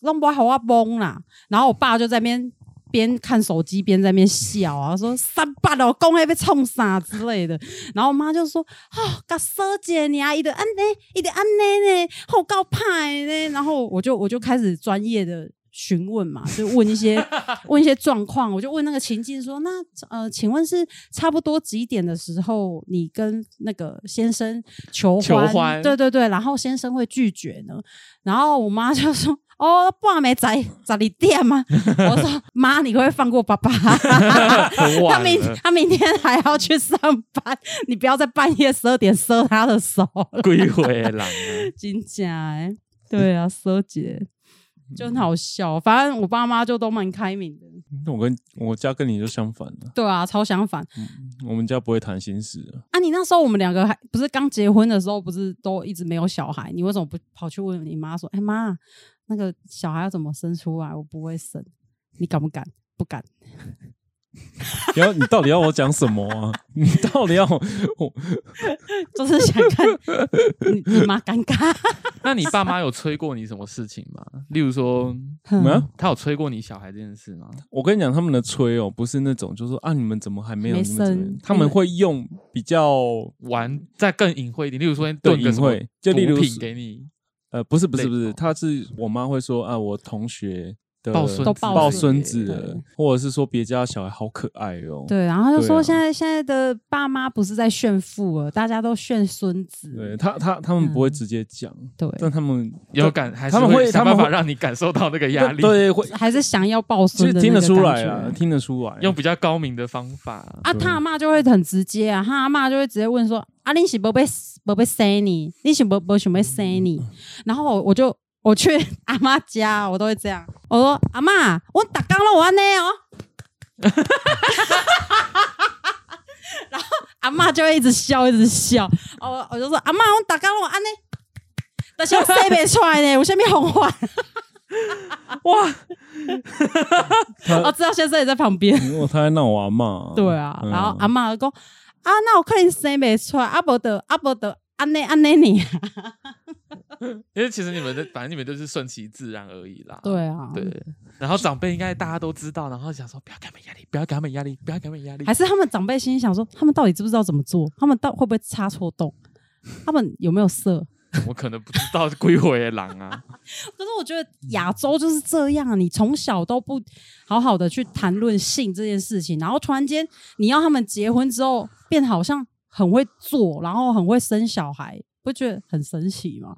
[SPEAKER 1] 拢不爱好我懵啦。”然后我爸就在那边边看手机边在那边笑啊，说三八哦，公会被冲傻之类的。然后我妈就说：“哦，噶蛇姐你啊，一的安呢，一的安呢呢，后告派呢。”然后我就我就开始专业的。询问嘛，就问一 些问一些状况，我就问那个情境说，那呃，请问是差不多几点的时候，你跟那个先生求婚？
[SPEAKER 2] 求欢
[SPEAKER 1] 对对对，然后先生会拒绝呢？然后我妈就说：“哦，半没在在你店吗？”我说：“妈，你会不会放过爸爸？
[SPEAKER 2] 很
[SPEAKER 1] 他
[SPEAKER 2] 晚
[SPEAKER 1] 明
[SPEAKER 2] 了，
[SPEAKER 1] 他明天还要去上班，你不要在半夜十二点 收他的手了。
[SPEAKER 2] 鬼回狼啊！”
[SPEAKER 1] 真假哎、对啊，收姐就很好笑。反正我爸妈就都蛮开明的，
[SPEAKER 3] 那我跟我家跟你就相反了，
[SPEAKER 1] 对啊，超相反
[SPEAKER 3] 我们家不会谈心事的，
[SPEAKER 1] 啊！你那时候我们两个还不是刚结婚的时候，不是都一直没有小孩？你为什么不跑去问你妈说：“哎、妈，那个小孩要怎么生出来？我不会生，你敢不敢？”不敢。
[SPEAKER 3] 然后你到底要我讲什么啊？ 你到底要
[SPEAKER 2] 嗯
[SPEAKER 3] 我
[SPEAKER 1] 就是想看你 你妈尴尬。
[SPEAKER 2] 那你爸妈有催过你什么事情吗？例如说，
[SPEAKER 1] 嗯
[SPEAKER 3] 什么啊？
[SPEAKER 2] 他有催过你小孩这件事吗？
[SPEAKER 3] 我跟你讲，他们的催哦，不是那种，就是说啊，你们怎么还没有？
[SPEAKER 1] 没
[SPEAKER 3] 你们怎么
[SPEAKER 1] 生
[SPEAKER 3] 他们会用比较
[SPEAKER 2] 玩再更隐晦一点，例如说炖个什么
[SPEAKER 3] 更隐晦就例如
[SPEAKER 2] 补品给你，
[SPEAKER 3] 呃，不是不是
[SPEAKER 2] 类
[SPEAKER 3] 不是，
[SPEAKER 2] 哦
[SPEAKER 3] 他是我妈会说啊，我同学的
[SPEAKER 2] 抱孙子
[SPEAKER 1] 都抱
[SPEAKER 3] 抱
[SPEAKER 1] 孙
[SPEAKER 3] 孙
[SPEAKER 1] 子
[SPEAKER 3] 子
[SPEAKER 1] 对
[SPEAKER 3] 了，或者是说别家小孩好可爱哦。
[SPEAKER 1] 对，然后他就
[SPEAKER 3] 对
[SPEAKER 1] 说
[SPEAKER 3] 啊
[SPEAKER 1] 现在、现在的爸妈不是在炫富了，大家都炫孙
[SPEAKER 3] 对
[SPEAKER 1] 子。
[SPEAKER 3] 他他他们不会
[SPEAKER 1] 嗯
[SPEAKER 3] 直接讲，
[SPEAKER 1] 对，
[SPEAKER 3] 但他们
[SPEAKER 2] 有感还是
[SPEAKER 3] 他们会
[SPEAKER 2] 想
[SPEAKER 3] 他
[SPEAKER 2] 办
[SPEAKER 3] 们
[SPEAKER 2] 法
[SPEAKER 3] 会
[SPEAKER 2] 让你感受到那个压力，
[SPEAKER 3] 对会，
[SPEAKER 1] 还是想要抱
[SPEAKER 3] 其
[SPEAKER 1] 孙
[SPEAKER 3] 实
[SPEAKER 1] 的
[SPEAKER 3] 听
[SPEAKER 1] 那
[SPEAKER 3] 得
[SPEAKER 1] 个
[SPEAKER 3] 出
[SPEAKER 1] 感
[SPEAKER 3] 来
[SPEAKER 1] 觉
[SPEAKER 3] 啊，听得出来。
[SPEAKER 2] 用比较高明的方法。
[SPEAKER 1] 啊，
[SPEAKER 3] 对
[SPEAKER 1] 他阿妈就会很直接啊，他阿妈就会直接问说：“啊，你是不被不被生你？你是不不想被生你？”然后我我就我去阿妈家，我都会这样，我说：“阿妈，我打刚了我安内哦。”然后阿妈就会一直笑，一直笑。哦，我就说：“阿妈，我打刚了我安内。”但是我塞不出来呢，我下面红话。
[SPEAKER 2] 哇，
[SPEAKER 1] 哦，知道先生也在旁边。
[SPEAKER 3] 因为他在闹我阿
[SPEAKER 2] 哦
[SPEAKER 3] 妈。
[SPEAKER 1] 对啊，
[SPEAKER 3] 嗯
[SPEAKER 1] 然后阿嬷就讲啊，那我可能生啊不出来，阿伯的阿伯的安内安内啊 你。
[SPEAKER 2] 因为其实你们的，反正你们就是顺其自然而已啦。
[SPEAKER 1] 对啊，
[SPEAKER 2] 对，然后长辈应该大家都知道，然后想说不要给他们压力，不要给他们压力，不要给他们压力
[SPEAKER 1] 还。是他们长辈心里想说，他们到底知不知道怎么做？他们到会不会插错洞？他们有没有色？
[SPEAKER 2] 我可能不知道归回的狼 啊，
[SPEAKER 1] 可是我觉得亚洲就是这样，啊你从小都不好好的去谈论性这件事情，然后突然间你要他们结婚之后变好像很会做，然后很会生小孩，不觉得很神奇吗？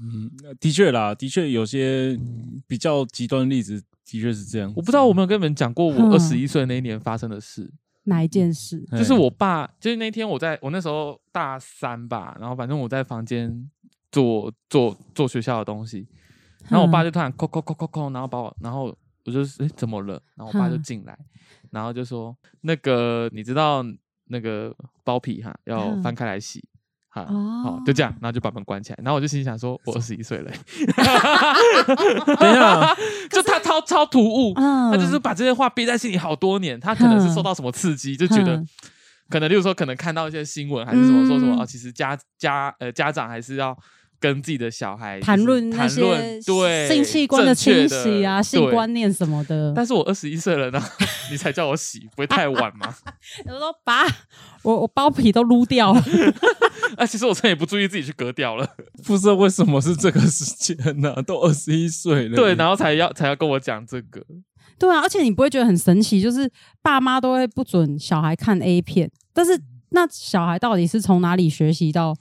[SPEAKER 3] 嗯，的确啦，的确有些嗯比较极端的例子，的确是这样。
[SPEAKER 2] 我不知道我有没有跟你们讲过
[SPEAKER 1] 嗯
[SPEAKER 2] 我二十一岁那一年发生的事。
[SPEAKER 1] 哪一件事？
[SPEAKER 3] 嘿
[SPEAKER 2] 就是我爸，就是那天我在我那时候大三吧，然后反正我在房间做做做学校的东西，然
[SPEAKER 1] 嗯
[SPEAKER 2] 后我爸就突然扣扣扣扣扣，然后把我，然后我就是诶怎么了？然后我爸就
[SPEAKER 1] 嗯
[SPEAKER 2] 进来，然后就说那个你知道那个包皮哈要
[SPEAKER 1] 嗯
[SPEAKER 2] 翻开来洗。哈，
[SPEAKER 1] 哦
[SPEAKER 2] 好，就这样，然后就把门 关起来，然后我就心里想说，我二十一岁了欸，
[SPEAKER 3] 等一下，
[SPEAKER 2] 就他超超超突兀，
[SPEAKER 1] 嗯
[SPEAKER 2] 他就是把这些话憋在心里好多年，他可能是受到什么刺激，就觉得
[SPEAKER 1] 嗯
[SPEAKER 2] 可能，例如说，可能看到一些新闻还是什么，说什么
[SPEAKER 1] 嗯
[SPEAKER 2] 啊，其实家家呃家长还是要跟自己的小孩
[SPEAKER 1] 谈论
[SPEAKER 2] 就是
[SPEAKER 1] 那
[SPEAKER 2] 谈
[SPEAKER 1] 些
[SPEAKER 2] 论对
[SPEAKER 1] 性器官
[SPEAKER 2] 正
[SPEAKER 1] 清
[SPEAKER 2] 确的
[SPEAKER 1] 洗啊、性。观
[SPEAKER 2] 对
[SPEAKER 1] 念什么 的。
[SPEAKER 2] 但是我二十一岁了，然后你才叫我洗，不会太晚吗？
[SPEAKER 1] 我说爸，我我包皮都撸掉了，
[SPEAKER 2] 啊，其实我真的也不注意自己去割掉了，
[SPEAKER 3] 不知道为什么是这个时间呢、都二十一岁了。
[SPEAKER 2] 对，然后才要才要跟我讲这个，
[SPEAKER 1] 对啊，而且你不会觉得很神奇，就是爸妈都会不准小孩看 A 片，但是那小孩到底是从哪里学习到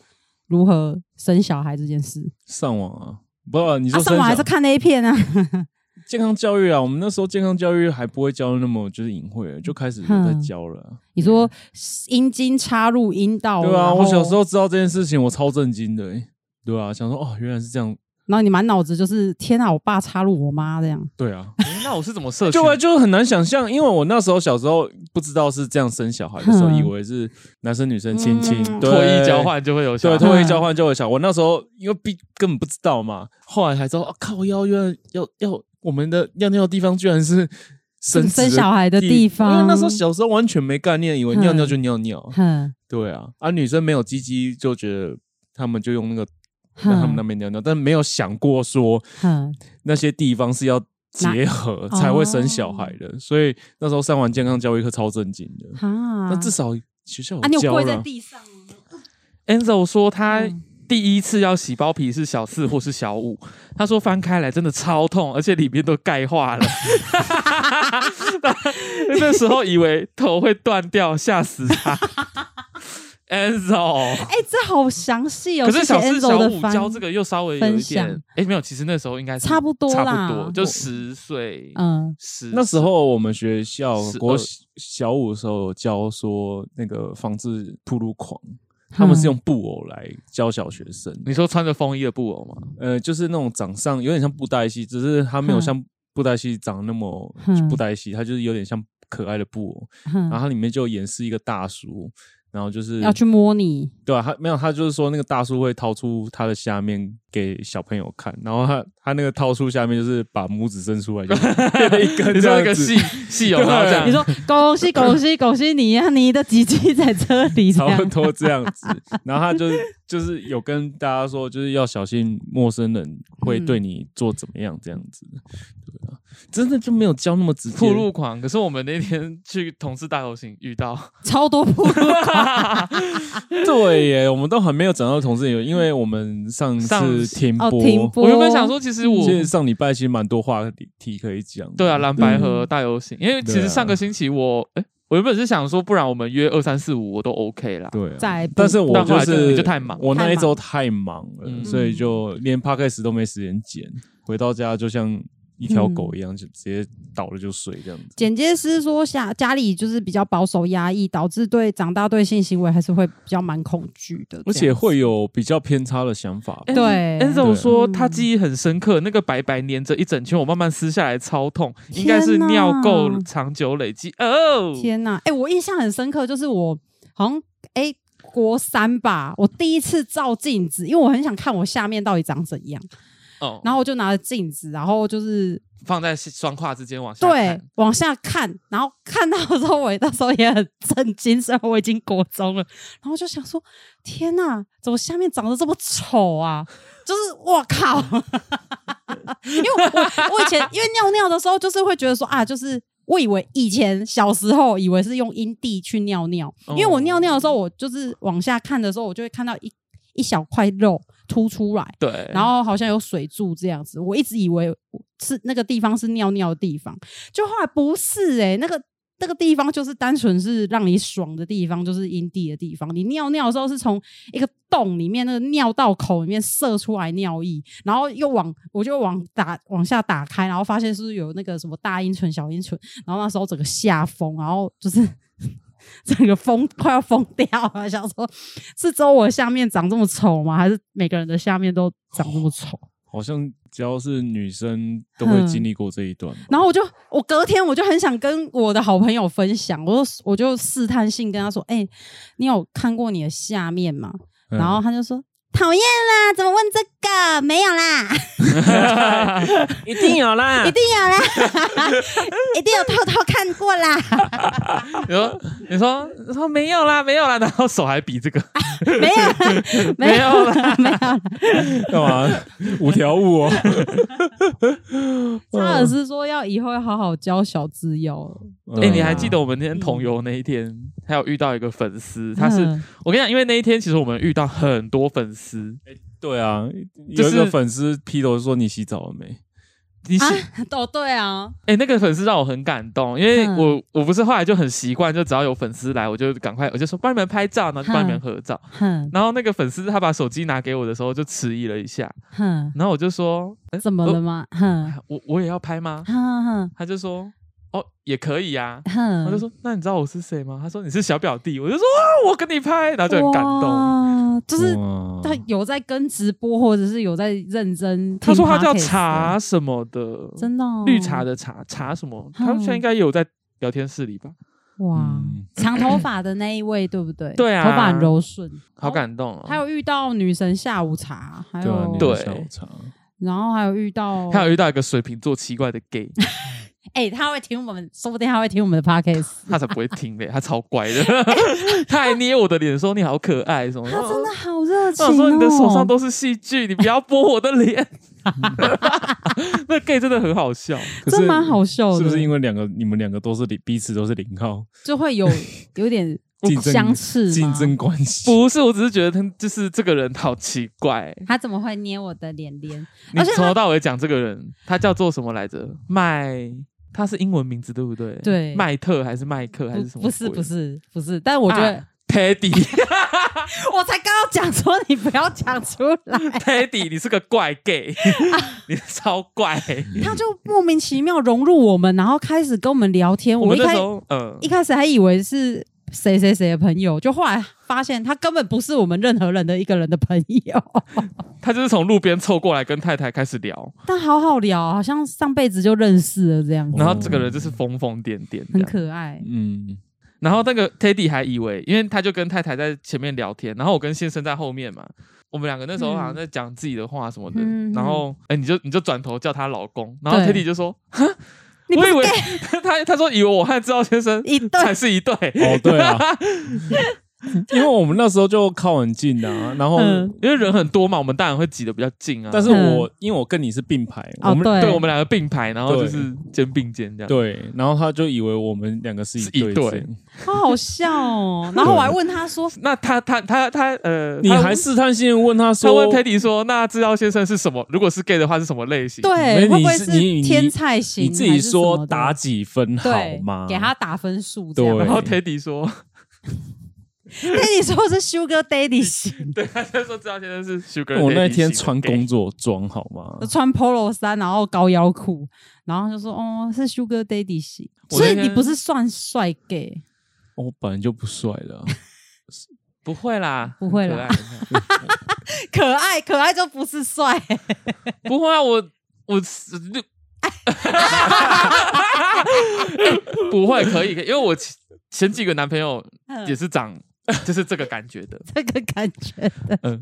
[SPEAKER 1] 如何生小孩这件事？
[SPEAKER 3] 上网啊，不、啊，你
[SPEAKER 1] 啊，
[SPEAKER 3] 说
[SPEAKER 1] 上网还
[SPEAKER 3] 生
[SPEAKER 1] 是
[SPEAKER 3] 小
[SPEAKER 1] 看 A 片啊？
[SPEAKER 3] 健康教育啊？我们那时候健康教育还不会教那么就是隐晦，就开始有在教了啊、
[SPEAKER 1] 你说阴茎插入阴道，
[SPEAKER 3] 对
[SPEAKER 1] 哦
[SPEAKER 3] 啊，
[SPEAKER 1] 然后
[SPEAKER 3] 我小时，候知道这件事情，我超震惊的、欸。对啊，想说哦，原来是这样。
[SPEAKER 1] 然后你满脑子就是天啊，我爸插入我妈这样，
[SPEAKER 3] 对啊，
[SPEAKER 2] 诶那我是怎么摄取
[SPEAKER 3] 就啊，就很难想象，因为我那时候小时候不知道是这样生小孩的时候，
[SPEAKER 1] 嗯
[SPEAKER 3] 以为是男生女生亲亲，
[SPEAKER 1] 嗯
[SPEAKER 3] 对
[SPEAKER 2] 脱衣交，换就会有小
[SPEAKER 3] 对，
[SPEAKER 2] 孩？
[SPEAKER 3] 脱衣交换就有小孩。嗯我那时候因为毕根本不知道嘛，后来才知道，啊、靠腰原来要要我们的尿尿的地方居然是生殖
[SPEAKER 1] 生小孩的地方嗯
[SPEAKER 3] 因为那时候小时候完全没概念，以为尿尿就尿尿，
[SPEAKER 1] 哼
[SPEAKER 3] 对啊，啊女生没有鸡鸡就觉得他们就用那个。在他们那
[SPEAKER 1] 哼
[SPEAKER 3] 边尿尿，但没有想过说
[SPEAKER 1] 哼，
[SPEAKER 3] 那些地方是要结合才会生小孩
[SPEAKER 1] 哦
[SPEAKER 3] 的，所以那时候上完健康教育课超震惊的。
[SPEAKER 1] 啊
[SPEAKER 3] 那至少学校
[SPEAKER 1] 啊，你
[SPEAKER 3] 有
[SPEAKER 1] 有
[SPEAKER 3] 教
[SPEAKER 1] 跪在
[SPEAKER 3] 了，
[SPEAKER 1] 地上吗？
[SPEAKER 2] Enzo 说他
[SPEAKER 1] 嗯
[SPEAKER 2] 第一次要洗包皮是小四或是小五，他说翻开来真的超痛，而且里面都钙化了。 那时候以为头会断掉，吓死他。Enzo，
[SPEAKER 1] 哎、这好详细哦。
[SPEAKER 2] 可是小
[SPEAKER 1] 谢谢
[SPEAKER 2] 四
[SPEAKER 1] Enzo
[SPEAKER 2] 小
[SPEAKER 1] 的
[SPEAKER 2] 五
[SPEAKER 1] 翻
[SPEAKER 2] 教这个又稍微有
[SPEAKER 1] 分
[SPEAKER 2] 一
[SPEAKER 1] 享
[SPEAKER 2] 点，哎，没有，其实那时候应该是
[SPEAKER 1] 差不多啦
[SPEAKER 2] 差不多就
[SPEAKER 1] 我
[SPEAKER 2] 十岁，
[SPEAKER 1] 嗯
[SPEAKER 2] 十
[SPEAKER 3] 那时候我们学校
[SPEAKER 2] 12
[SPEAKER 3] 国小五的时候有教说那个防治铺路狂，
[SPEAKER 1] 嗯
[SPEAKER 3] 他们是用布偶来教小学生，
[SPEAKER 2] 你说穿着风衣的布偶吗？
[SPEAKER 3] 呃，就是那种长上有点像布袋戏，只是它没有
[SPEAKER 1] 嗯
[SPEAKER 3] 像布袋戏长那么
[SPEAKER 1] 嗯
[SPEAKER 3] 布袋戏，它就是有点像可爱的布偶。
[SPEAKER 1] 哼
[SPEAKER 3] 然后它里面就演示一个大叔，然后
[SPEAKER 2] 嗯
[SPEAKER 3] 就是
[SPEAKER 1] 要去摸 你，
[SPEAKER 3] 对啊，他没有，他就是说那个大叔会掏出他的下面给小朋友看，然后他他那个掏出下面就是把拇指伸 出来，就变了一根
[SPEAKER 2] 你
[SPEAKER 3] 这
[SPEAKER 2] 说
[SPEAKER 3] 样
[SPEAKER 2] 那个
[SPEAKER 3] 子
[SPEAKER 2] 戏戏友，
[SPEAKER 3] 对
[SPEAKER 2] 然后这样
[SPEAKER 1] 你说恭喜恭喜恭喜你呀、啊你的鸡鸡在这里，这
[SPEAKER 3] 差不
[SPEAKER 1] 样
[SPEAKER 3] 多这样子。然后他就是就是有跟大家说，就是要小心陌生人
[SPEAKER 2] 嗯
[SPEAKER 3] 会对你做怎么样这样子。对啊，真的就没有教那么直接
[SPEAKER 2] 铺。路狂，可是我们那天去同志大游行遇到，
[SPEAKER 1] 超多铺路，
[SPEAKER 3] 对耶，我们都很没有讲到同志友，因为我们上
[SPEAKER 2] 上
[SPEAKER 3] 次停 播，
[SPEAKER 1] 哦嗯停播
[SPEAKER 2] 我原本想说，其实我
[SPEAKER 3] 其实上礼拜其实蛮多话题可以讲。
[SPEAKER 2] 对啊，蓝白河
[SPEAKER 1] 嗯
[SPEAKER 2] 大游行，因为其实上个星期我，哎，我原本是想说，不然我们约二三四五我都 OK 啦。
[SPEAKER 3] 对啊，
[SPEAKER 1] 在
[SPEAKER 3] 但是我
[SPEAKER 2] 嗯但后
[SPEAKER 3] 就
[SPEAKER 2] 来就是就太忙
[SPEAKER 3] 我那一周太忙了，
[SPEAKER 2] 嗯
[SPEAKER 3] 所以就连 podcast 都没时间剪。回到家就像一条狗一样，就直接倒了就睡这样子。
[SPEAKER 1] 剪接师说下家里就是比较保守压抑，导致对长大对性行为还是会比较蛮恐惧的，
[SPEAKER 3] 而且会
[SPEAKER 1] 有
[SPEAKER 3] 有比较偏差的想法吧，
[SPEAKER 2] 哎
[SPEAKER 1] 对
[SPEAKER 2] Enzo 说
[SPEAKER 1] 嗯
[SPEAKER 2] 他记忆很深刻，那个白白粘着一整圈，我慢慢撕下来超痛，应该是尿垢长久累积哦。
[SPEAKER 1] 天哪、哎、我印象很深刻，就是我好像哎、国三吧，我第一次照镜子，因为我很想看我下面到底长怎样，
[SPEAKER 2] 哦，
[SPEAKER 1] 然后我就拿着镜子，然后就是
[SPEAKER 2] 放在双胯之间往下
[SPEAKER 1] 对
[SPEAKER 2] 看，，
[SPEAKER 1] 往下看，然后看到的时候，我那时候也很震惊， 虽然我已经国中了，然后就想说，天哪，怎么下面长得这么丑啊？就是我靠， 因为我我以前因为尿尿的时候，就是会觉得说啊，就是我以为以前小时候以为是用阴蒂去尿尿，
[SPEAKER 2] 哦
[SPEAKER 1] 因为我尿尿的时候，我就是往下看的时候，我就会看到一一小块肉凸出来，
[SPEAKER 2] 对，
[SPEAKER 1] 然后好像有水柱这样子，我一直以为是那个地方是尿尿的地方，就后来不是哎、那个那个地方就是单纯是让你爽的地方，就是阴蒂的地方。你尿尿的时候是从一个洞里面那个尿道口里面射出来尿液，然后又往我就往打往下打开，然后发现是不是有那个什么大阴唇、小阴唇，然后那时候整个下风，然后就是。 整个疯快要疯掉了，想说是只有我下面长这么丑吗？还是每个人的下面都长这么丑？
[SPEAKER 3] 好像只要是女生都会经历过这一段吧。
[SPEAKER 1] 然后我就我隔天我就很想跟我的好朋友分享，我就我就试探性跟他说：“哎、你有看过你的下面吗？”
[SPEAKER 3] 嗯
[SPEAKER 1] 然后他就说：“讨厌啦，怎么问这个？没有啦，
[SPEAKER 4] 一定有啦
[SPEAKER 1] 一定有啦， 一定有偷偷看过啦，
[SPEAKER 2] 你说你说你说没有啦，没有啦，然后手还比这个，
[SPEAKER 1] 啊没有啦，
[SPEAKER 2] 没有
[SPEAKER 1] 啦，没 有啦。
[SPEAKER 3] 干嘛？五条悟哦，
[SPEAKER 1] 查尔斯说要以后要好好教小自由，
[SPEAKER 2] 哎、
[SPEAKER 3] 嗯
[SPEAKER 2] 你
[SPEAKER 1] 啊
[SPEAKER 2] 还记得我们那天同游那一天，还有遇到一个粉丝，他是、
[SPEAKER 1] 嗯
[SPEAKER 2] 我跟你讲，因为那一天其实我们遇到很多粉丝，
[SPEAKER 3] 对啊，有
[SPEAKER 2] 就
[SPEAKER 3] 一
[SPEAKER 2] 是
[SPEAKER 3] 个粉丝劈头说你洗澡了没？
[SPEAKER 2] 你是
[SPEAKER 1] 啊
[SPEAKER 2] 哎、
[SPEAKER 1] 哦对啊，
[SPEAKER 2] 那个粉丝让我很感动，因为
[SPEAKER 1] 嗯
[SPEAKER 2] 我、我不是后来就很习惯，就只要有粉丝来，我就赶快我就说帮你们拍照，然后就帮你们合照。
[SPEAKER 1] 哼
[SPEAKER 2] 然后那个粉丝他把手机拿给我的时候就迟疑了一下，
[SPEAKER 1] 哼，
[SPEAKER 2] 然后我就说、哎
[SPEAKER 1] 怎么了吗？哼
[SPEAKER 2] 我我也要拍吗？
[SPEAKER 1] 哼哼
[SPEAKER 2] 他就说哦也可以呀、
[SPEAKER 1] 哼，
[SPEAKER 2] 我就说：“那你知道我是谁吗？”他说：“你是小表弟。”我就说：“啊哇，我跟你拍。”然后就很感动。
[SPEAKER 1] 哇，就是
[SPEAKER 3] 哇
[SPEAKER 1] 他有在跟直播，或者是有在认真听 podcast 的。
[SPEAKER 2] 他说他叫茶什么的，
[SPEAKER 1] 真的哦
[SPEAKER 2] 绿茶的茶，茶什么？他们现在应该也有在聊天室里吧？
[SPEAKER 1] 哇
[SPEAKER 3] 嗯，
[SPEAKER 1] 长头发的那一位对不对？
[SPEAKER 2] 对
[SPEAKER 1] 头
[SPEAKER 2] 啊
[SPEAKER 1] 发很柔顺，
[SPEAKER 2] 好感动哦！
[SPEAKER 1] 还有遇到女神下午茶，还
[SPEAKER 3] 对啊，
[SPEAKER 1] 有
[SPEAKER 3] 你
[SPEAKER 2] 对
[SPEAKER 3] 的下午茶，
[SPEAKER 1] 然后还有遇到，
[SPEAKER 2] 还有遇到一个水瓶座奇怪的 gay，
[SPEAKER 1] 哎，他会听我们，说不定他会听我们的 podcast。
[SPEAKER 2] 他才不会听嘞，他超乖的， 他还捏我的脸说：“你好可爱哦什么？”
[SPEAKER 1] 他真的好热情
[SPEAKER 2] 我想说
[SPEAKER 1] 哦！
[SPEAKER 2] 你的手上都是戏剧，你不要拨我的 脸。 那 gay 真的很好笑，
[SPEAKER 3] 可
[SPEAKER 1] 真
[SPEAKER 3] 是
[SPEAKER 1] 蛮好笑的，
[SPEAKER 3] 是不是因为两个你们两个都是零，彼此都是零号
[SPEAKER 1] 就会有有 点
[SPEAKER 3] 竞争
[SPEAKER 1] 相似吗
[SPEAKER 3] 竞争关系？
[SPEAKER 2] 不是，我只是觉得他就是这个人好奇怪。
[SPEAKER 1] 他怎么会捏我的脸脸？
[SPEAKER 2] 你从头到尾讲这个人，他叫做什么来着？麦，他是英文名字对不对？
[SPEAKER 1] 对
[SPEAKER 2] 麦特还是麦克还是什
[SPEAKER 1] 不不
[SPEAKER 2] 么鬼？
[SPEAKER 1] 是不是不是，但我觉得、
[SPEAKER 2] 啊 Teddy，Teddy，
[SPEAKER 1] 我才刚要讲说你不要讲出来，
[SPEAKER 2] 你是个怪 gay，你 超怪。
[SPEAKER 1] 他就莫名其妙融入我们，然后开始跟我们聊天。
[SPEAKER 2] 我
[SPEAKER 1] 我
[SPEAKER 2] 们
[SPEAKER 1] 一
[SPEAKER 2] 那
[SPEAKER 1] 开
[SPEAKER 2] 时候，嗯
[SPEAKER 1] 一，开始还以为是谁谁谁的朋友，就后来发现他根本不是我们任何人的一个人的朋友。
[SPEAKER 2] 他就是从路边凑过来跟太太开始聊，
[SPEAKER 1] 但好好聊啊，好像上辈子就认识了这样子，
[SPEAKER 2] 然后这个人就是疯疯癫癫这
[SPEAKER 1] 很
[SPEAKER 2] 样。
[SPEAKER 1] 可爱。
[SPEAKER 3] 嗯，
[SPEAKER 2] 然后那个 Teddy 还以为，因为他就跟太太在前面聊天，然后我跟先生在后面嘛。我们两个那时候好像在讲自己的话什么的，
[SPEAKER 1] 嗯嗯嗯嗯
[SPEAKER 2] 然后哎、你就你就转头叫他老公，然后
[SPEAKER 1] 对
[SPEAKER 2] Teddy 就说
[SPEAKER 1] 你不
[SPEAKER 2] 我以
[SPEAKER 1] 是
[SPEAKER 2] 为 他他说以为我和知道先生
[SPEAKER 1] 一对
[SPEAKER 2] 才是一对，
[SPEAKER 3] 哦对 啊，因为我们那时候就靠很 近啊，然后
[SPEAKER 1] 嗯
[SPEAKER 2] 因为人很多嘛，我们当然会挤得比较近啊。
[SPEAKER 3] 但是
[SPEAKER 1] 嗯
[SPEAKER 3] 我因为我跟你是并排，
[SPEAKER 1] 哦
[SPEAKER 3] 我们
[SPEAKER 1] 对
[SPEAKER 2] 对我们两个并排，然后就是肩并肩这样。
[SPEAKER 3] 对，然后他就以为我们两个是
[SPEAKER 2] 是一
[SPEAKER 3] 一
[SPEAKER 2] 对
[SPEAKER 3] 对阵，
[SPEAKER 1] 好好笑哦！然后我还问他说
[SPEAKER 2] 那他他他他呃，
[SPEAKER 3] 你
[SPEAKER 2] 他
[SPEAKER 3] 还试探性地问他
[SPEAKER 2] 他
[SPEAKER 3] 说
[SPEAKER 2] 问 Teddy 说，那知道先生是什么？如果是 gay 的话是什么类型？
[SPEAKER 1] 对，
[SPEAKER 3] 没
[SPEAKER 1] 会不会
[SPEAKER 3] 你是你
[SPEAKER 1] 是
[SPEAKER 3] 你
[SPEAKER 1] 天才型？
[SPEAKER 3] 你自己说打几分好
[SPEAKER 1] 对
[SPEAKER 3] 吗？
[SPEAKER 1] 给他打分数这样。
[SPEAKER 3] 对
[SPEAKER 2] 然后 Teddy 说，
[SPEAKER 1] Daddy 说是 Sugar Daddy 型，
[SPEAKER 2] 对，他就说知道先生是 Sugar。
[SPEAKER 3] 我那天穿工，作装好吗
[SPEAKER 1] 就？穿 Polo 衫，然后高腰裤，然后就说哦是 Sugar Daddy 型，
[SPEAKER 2] 我
[SPEAKER 1] 所以
[SPEAKER 2] 那
[SPEAKER 1] 你
[SPEAKER 2] 天
[SPEAKER 1] 不是算帅 gay，
[SPEAKER 3] 我哦本来就不帅了啊，
[SPEAKER 2] 不会啦，
[SPEAKER 1] 不会啦
[SPEAKER 2] 很可爱，很可 爱
[SPEAKER 1] 可爱可爱就不是帅，
[SPEAKER 2] 不会啊，我我 不会，可以，可以因为我前前几个男朋友 也是长，就是这个感觉的，
[SPEAKER 1] 这个感觉的。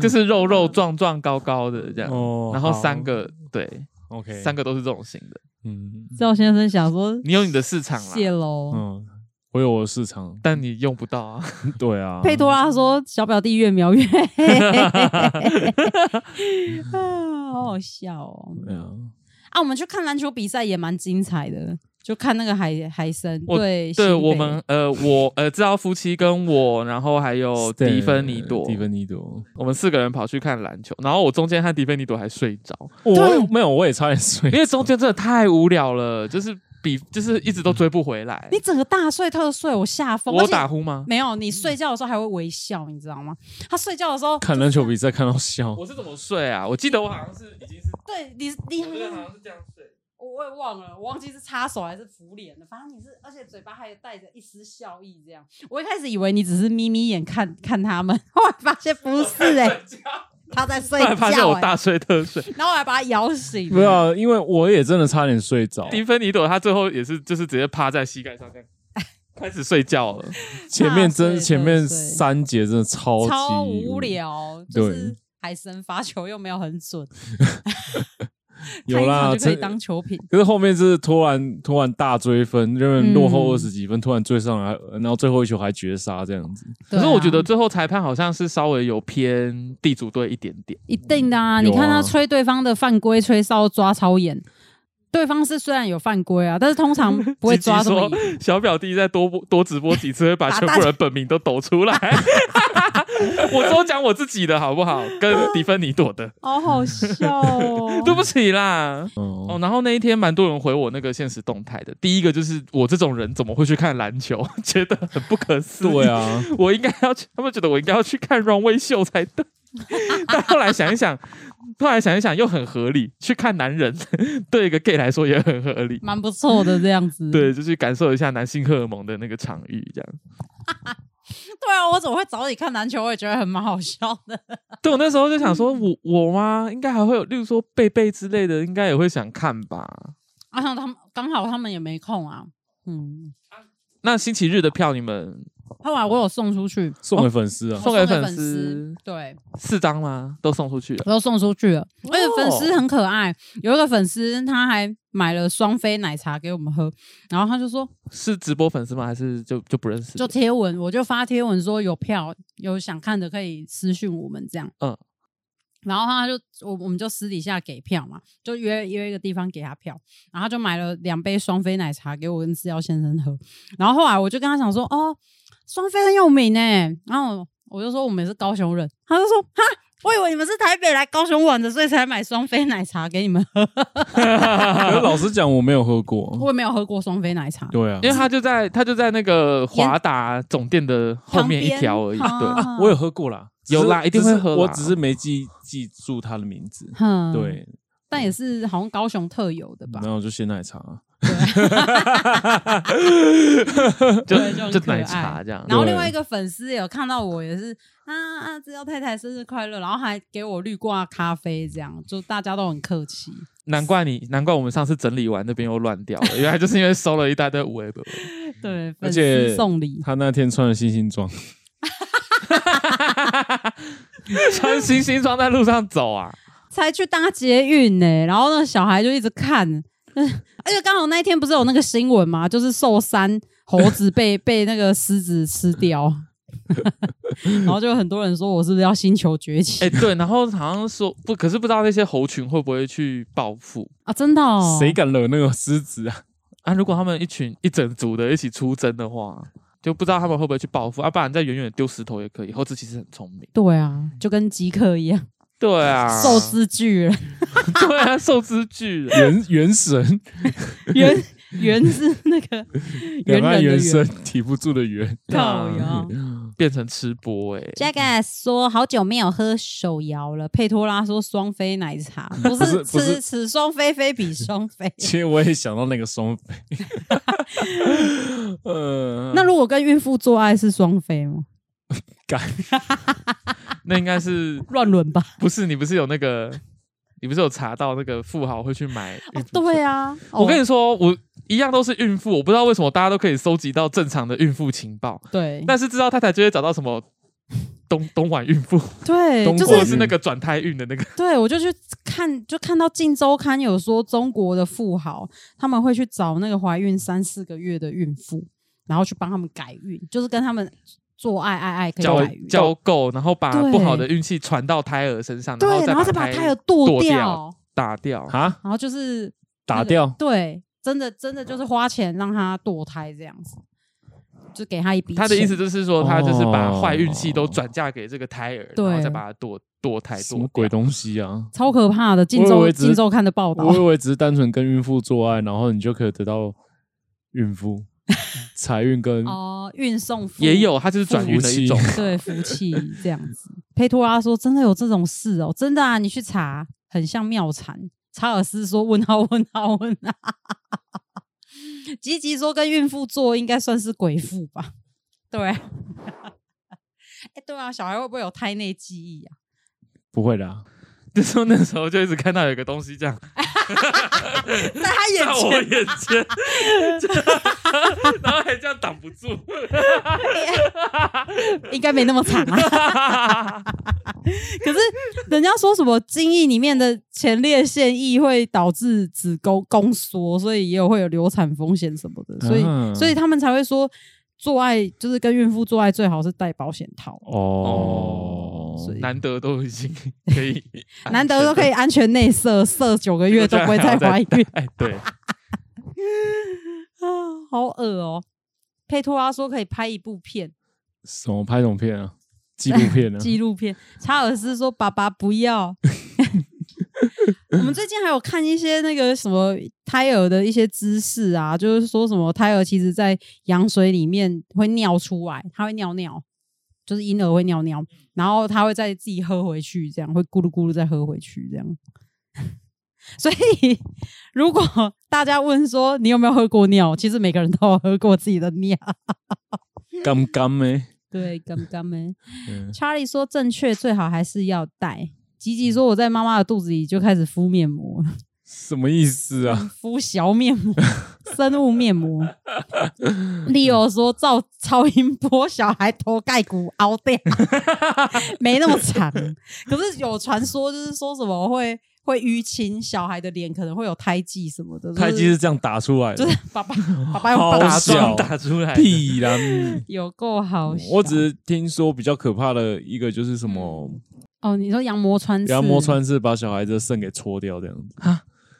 [SPEAKER 2] 就是肉肉壮壮高高的这样。
[SPEAKER 3] 嗯哦
[SPEAKER 2] 然后三个对，
[SPEAKER 3] OK，
[SPEAKER 2] 三个都是这种型的。
[SPEAKER 3] 嗯
[SPEAKER 1] 赵先生想说
[SPEAKER 2] 你有你的市场
[SPEAKER 1] 谢
[SPEAKER 2] 啦，
[SPEAKER 1] 喽。
[SPEAKER 3] 嗯，我有我的市场，
[SPEAKER 2] 但你用不到啊。
[SPEAKER 3] 对啊，
[SPEAKER 1] 佩托拉说：“小表弟越描越黑， 啊，好好笑哦！
[SPEAKER 3] 对啊，
[SPEAKER 1] 啊，我们去看篮球比赛也蛮精彩的，就看那个海海参
[SPEAKER 2] 我
[SPEAKER 1] 对新
[SPEAKER 2] 对
[SPEAKER 1] 北
[SPEAKER 2] 我们呃，我呃，知道夫妻跟我，然后还有迪芬尼朵，
[SPEAKER 3] 迪芬尼朵，
[SPEAKER 2] 我们四个人跑去看篮球，然后我中间和迪芬尼朵还睡 着，
[SPEAKER 3] 我没有，我也差点睡
[SPEAKER 2] 因。为中间真的太无聊了，就是比就是一直都追不回来
[SPEAKER 1] 你。整个大睡特睡，我吓疯。而
[SPEAKER 2] 我
[SPEAKER 1] 且
[SPEAKER 2] 打呼吗？
[SPEAKER 1] 没有，你睡觉的时候还会微笑，你知道吗？他睡觉的 时候，
[SPEAKER 3] 看篮球比赛看到 笑，
[SPEAKER 2] 我是怎么睡啊？我记得我好像是已经是，
[SPEAKER 1] 对你你
[SPEAKER 2] 我觉得好像是这样睡。
[SPEAKER 1] 我我也忘了，我忘记是擦手还是敷脸了。反正你是，而且嘴巴还带着一丝笑意，这样。我一开始以为你只是眯眯眼看 看他们，后来发现不是哎、 他在睡
[SPEAKER 2] 突然发现
[SPEAKER 1] 觉、
[SPEAKER 2] 我
[SPEAKER 1] 欸，
[SPEAKER 2] 大睡 特睡。
[SPEAKER 1] 然后我还把他摇醒。
[SPEAKER 3] 没有啊，因为我也真的差点睡 着。
[SPEAKER 2] 迪芬尼朵她最后也是就是直接趴在膝盖上这样。开始睡觉了。
[SPEAKER 3] 前面
[SPEAKER 1] 纳
[SPEAKER 3] 真
[SPEAKER 1] 税
[SPEAKER 3] 前面
[SPEAKER 1] 纳税
[SPEAKER 3] 三节真的超
[SPEAKER 1] 超
[SPEAKER 3] 级
[SPEAKER 1] 无，聊，就是
[SPEAKER 3] 对
[SPEAKER 1] 海神发球又没有很准，
[SPEAKER 3] 有
[SPEAKER 1] 看
[SPEAKER 3] 啦，
[SPEAKER 1] 一场就可以
[SPEAKER 3] 这
[SPEAKER 1] 当球品。
[SPEAKER 3] 可是后面就是突然突然大追分，因为落后二十几分，突然追上来，呃然后最后一球还绝杀这样子。
[SPEAKER 2] 可是
[SPEAKER 1] 对啊
[SPEAKER 2] 我觉得最后裁判好像是稍微有偏地主队一点点。
[SPEAKER 1] 一定的啊！
[SPEAKER 2] 嗯
[SPEAKER 3] 有
[SPEAKER 1] 你看他
[SPEAKER 3] 啊
[SPEAKER 1] 吹对方的犯规，吹哨抓超严。对方是虽然有犯规啊，但是通 常不会抓这么
[SPEAKER 2] 吉吉
[SPEAKER 1] 严。
[SPEAKER 2] 说小表弟再多播多直播几次，会把全部人本名都抖出来。我都讲我自己的好不好？跟迪芬尼朵的，
[SPEAKER 1] 好好笑 哦
[SPEAKER 2] 对不起啦。
[SPEAKER 3] 哦
[SPEAKER 2] 哦，，然后那一天蛮多人回我那个现实动态的。第一个就是我这种人怎么会去看篮球， 觉得很不可思议。
[SPEAKER 3] 对啊，
[SPEAKER 2] 我应该要去，他们觉得我应该要去看 runway 秀才对。 但后来想一想，后来想一想又很合理。去看男人， 对一个 gay 来说也很合理。
[SPEAKER 1] 蛮不错的这样子。
[SPEAKER 2] 对，就去感受一下男性荷尔蒙的那个场域，这样。
[SPEAKER 1] 对啊，我怎么会找你看篮球？我也觉得很蛮好笑的。
[SPEAKER 2] 对我那时候就
[SPEAKER 1] 嗯
[SPEAKER 2] 想说，我我吗？应该还会有，例如说贝贝之类的，应该也会想看吧。
[SPEAKER 1] 啊，他们刚好他们也没空啊。嗯，
[SPEAKER 2] 那星期日的票你们
[SPEAKER 1] 后来我有送出去，
[SPEAKER 3] 送给粉 丝啊，
[SPEAKER 2] 送
[SPEAKER 1] 我
[SPEAKER 2] 给
[SPEAKER 1] 粉
[SPEAKER 2] 粉丝
[SPEAKER 1] 对，
[SPEAKER 2] 四张吗？都送出去了。
[SPEAKER 1] 我都送出去了。而
[SPEAKER 2] 哦
[SPEAKER 1] 且粉丝很可爱，有一个粉丝他还买了双飞奶茶给我们喝，然后他就说
[SPEAKER 2] 是直播粉丝吗？还是就就不认识？
[SPEAKER 1] 就贴文，我就发贴文说有票，有想看的可以私讯我们这样。
[SPEAKER 2] 嗯
[SPEAKER 1] 嗯，然后他就我我们就私底下给票嘛，就约约一个地方给他票，然后他就买了两杯双飞奶茶给我跟制药先生喝。然后后来我就跟他讲说，哦，双飞很有名呢、然后我就说我们也是高雄人，他就说哈。我以为你们是台北来高雄玩的，所以才买双飞奶茶给你们喝。
[SPEAKER 3] 可是老实讲，我没有喝
[SPEAKER 2] 嗯
[SPEAKER 3] 过。
[SPEAKER 1] 我也没有喝过双飞奶茶，
[SPEAKER 3] 对啊
[SPEAKER 2] 因，为他就在他就在那个华达总店的后面一条而已。
[SPEAKER 1] 旁边
[SPEAKER 2] 对，
[SPEAKER 1] 啊
[SPEAKER 3] 我有喝过啦，
[SPEAKER 2] 有啦
[SPEAKER 3] 只是
[SPEAKER 2] 一定会喝啦
[SPEAKER 3] 只是我只是没记记住他的名字。
[SPEAKER 1] 哼，
[SPEAKER 3] 对，
[SPEAKER 1] 但也是好像高雄特有
[SPEAKER 2] 嗯
[SPEAKER 1] 的吧
[SPEAKER 3] 然？后就鲜奶茶，
[SPEAKER 1] 对就
[SPEAKER 2] 就
[SPEAKER 1] 很
[SPEAKER 2] 就
[SPEAKER 1] 可
[SPEAKER 2] 奶
[SPEAKER 1] 爱
[SPEAKER 2] 茶这样。
[SPEAKER 1] 然后另
[SPEAKER 3] 对
[SPEAKER 1] 外一个粉丝也有看到我，也是啊啊，知道太太生日快乐，然后还给我绿挂咖啡，这样就大家都很客气。
[SPEAKER 2] 难怪你难怪我们上次整理完那边又乱掉了，原来就是因为收了一大堆五 A 本。
[SPEAKER 1] 对，
[SPEAKER 3] 而
[SPEAKER 1] 粉
[SPEAKER 3] 且
[SPEAKER 1] 丝送礼，
[SPEAKER 3] 他那天穿了星星装，
[SPEAKER 2] 穿星星装在路上走啊，
[SPEAKER 1] 才去搭捷运呢、然后那小孩就一直看，嗯而且刚好那一天不是有那个新闻嘛，就是寿山猴子 被被那个狮子吃掉。然后就有很多人说我是不是要星球崛起、
[SPEAKER 2] 哎、对，然后好像说不，可是不知道那些猴群会不会去报复
[SPEAKER 1] 啊？真的、哦？
[SPEAKER 3] 谁敢惹那个狮子啊？
[SPEAKER 2] 啊？如果他们一群一整组的一起出征的话，就不知道他们会不会去报复，啊，不然在远远丢石头也可以。猴子其实很聪明，
[SPEAKER 1] 对啊，就跟极客一样，
[SPEAKER 2] 对啊，
[SPEAKER 1] 寿司嗯巨人，
[SPEAKER 2] 对啊，寿司巨人，
[SPEAKER 3] 原原神，
[SPEAKER 1] 原原是那个
[SPEAKER 3] 两
[SPEAKER 1] 猿人的
[SPEAKER 3] 岸原
[SPEAKER 1] 猿
[SPEAKER 3] 神，提不住的原。
[SPEAKER 1] 靠
[SPEAKER 2] 对啊
[SPEAKER 1] 摇。
[SPEAKER 2] 变成吃播哎、
[SPEAKER 1] Jackass 说好久没有喝手摇了。佩托拉说双飞奶茶，不
[SPEAKER 3] 不是
[SPEAKER 1] 是
[SPEAKER 3] 不是
[SPEAKER 1] 此此双飞非彼双飞。
[SPEAKER 3] 其实我也想到那个 双飞，呃，
[SPEAKER 1] 那如果跟孕妇做爱是双飞吗？
[SPEAKER 2] 那应该是
[SPEAKER 1] 乱伦吧。
[SPEAKER 2] 不是你不是有那个，你不是有查到那个富豪会去买孕
[SPEAKER 1] 哦
[SPEAKER 2] 妇，
[SPEAKER 1] 对啊，
[SPEAKER 2] 我跟
[SPEAKER 1] 你
[SPEAKER 2] 你说，我一样都是孕妇，我不知道为什么大家都可以收集到正常的孕妇情报，
[SPEAKER 1] 对
[SPEAKER 2] 但是知道太太就会找到什么东东莞孕妇，
[SPEAKER 1] 对，
[SPEAKER 3] 东
[SPEAKER 1] 就
[SPEAKER 2] 或者
[SPEAKER 1] 是
[SPEAKER 2] 是那个转胎孕的那个，
[SPEAKER 1] 对我就去看，就看到《镜周刊》有说中国的富豪他们会去找那个怀孕三四个月的孕妇，然后去帮他们改孕，就是跟他们做爱爱爱可以
[SPEAKER 2] 交
[SPEAKER 1] 改孕。
[SPEAKER 2] 交够，然后把
[SPEAKER 1] 对
[SPEAKER 2] 不好的运气传到胎儿身上，
[SPEAKER 1] 对，然后再
[SPEAKER 2] 把
[SPEAKER 1] 把胎儿
[SPEAKER 2] 剁
[SPEAKER 1] 剁
[SPEAKER 2] 掉
[SPEAKER 1] 掉，
[SPEAKER 2] 打掉。
[SPEAKER 3] 啊，
[SPEAKER 1] 然后就是
[SPEAKER 3] 打掉，
[SPEAKER 1] 对，真的真的就是花钱让他堕胎这样子，就给他一笔钱。
[SPEAKER 2] 他的意思就是说，他就是把
[SPEAKER 3] 哦
[SPEAKER 2] 坏运气都转嫁给这个胎儿，
[SPEAKER 1] 对
[SPEAKER 2] 然后再把它堕堕胎
[SPEAKER 3] 什
[SPEAKER 2] 堕
[SPEAKER 3] 么鬼
[SPEAKER 2] 掉。
[SPEAKER 3] 东西啊？
[SPEAKER 1] 超可怕的，《
[SPEAKER 3] 我
[SPEAKER 1] 荆
[SPEAKER 3] 以
[SPEAKER 1] 州
[SPEAKER 3] 为只是
[SPEAKER 1] 荆州看》的报道
[SPEAKER 3] 我以，为只是单纯跟孕妇做爱，然后你就可以得到 孕妇财运跟
[SPEAKER 1] 哦，运送夫
[SPEAKER 2] 也有，他就是转运的一种。
[SPEAKER 1] 对福气这样子。佩托拉说：“真的有这种事哦，真的啊，你去查，很像妙产。”查尔斯说：“问号问号问号。”吉吉说：“跟孕妇做应该算是鬼父吧？”对， 哎、对啊，小孩会不会有胎内记忆啊？
[SPEAKER 3] 不会的啊，
[SPEAKER 2] 就说那时候就一直看到有一个东西这样，
[SPEAKER 1] 在他
[SPEAKER 2] 在
[SPEAKER 1] 眼
[SPEAKER 2] 我
[SPEAKER 1] 前，
[SPEAKER 2] 眼前， 然后还这样挡不住，
[SPEAKER 1] 应该没那么惨啊。可是人家说什么精液里面的前列腺液会导致子宫宫缩，所以也有会有流产风险什么的，所以、
[SPEAKER 3] 啊
[SPEAKER 1] 所以他们才会说做爱就是跟孕妇做爱最好是戴保险套，
[SPEAKER 3] 哦，
[SPEAKER 1] 所以
[SPEAKER 2] 难得都已经可以 安全，
[SPEAKER 1] 难得都可以安全内射，射九个 月都不会再怀孕
[SPEAKER 2] 哎，对，
[SPEAKER 1] 啊，好恶哦、佩托拉说可以拍一部片，
[SPEAKER 3] 什么拍什么片啊？纪录片 啊？
[SPEAKER 1] 纪录片。查尔斯说：“爸爸不要。” 我们最近还有看一些那个什么胎儿的一些知识啊，就是说什么胎儿其实在羊水里面会尿出来，它会尿尿，就是婴儿会尿尿，然后它会再自己喝回去，这样会咕噜咕噜再喝回去，这样。 所以，如果大家问说你有没有喝过尿，其实每个人都有喝过自己的尿。
[SPEAKER 3] 干干咩？
[SPEAKER 1] 对，刚刚们。
[SPEAKER 3] 嗯
[SPEAKER 1] Charlie 说正确最好还是要戴。吉吉说我在妈妈的肚子里就开始敷面膜，
[SPEAKER 3] 什么意思啊？
[SPEAKER 1] 敷小面 膜、生物面膜。Leo 说照超音波小孩头盖骨凹 掉，没那么长。可是有传说就是说什么会会淤青，小孩的脸可能会有胎记什么的。就是
[SPEAKER 3] 胎记是这样打出来的
[SPEAKER 1] 就，是 爸爸爸爸用
[SPEAKER 3] 好
[SPEAKER 1] 棒
[SPEAKER 2] 打
[SPEAKER 1] 子
[SPEAKER 3] 小
[SPEAKER 2] 桩打出来的，
[SPEAKER 3] 屁啦！嗯
[SPEAKER 1] 有够好笑。
[SPEAKER 3] 我只是听说比较可怕的一个就是什么
[SPEAKER 1] 哦，你说羊膜穿刺，
[SPEAKER 3] 羊膜，穿刺把小孩子的肾给戳掉这样子，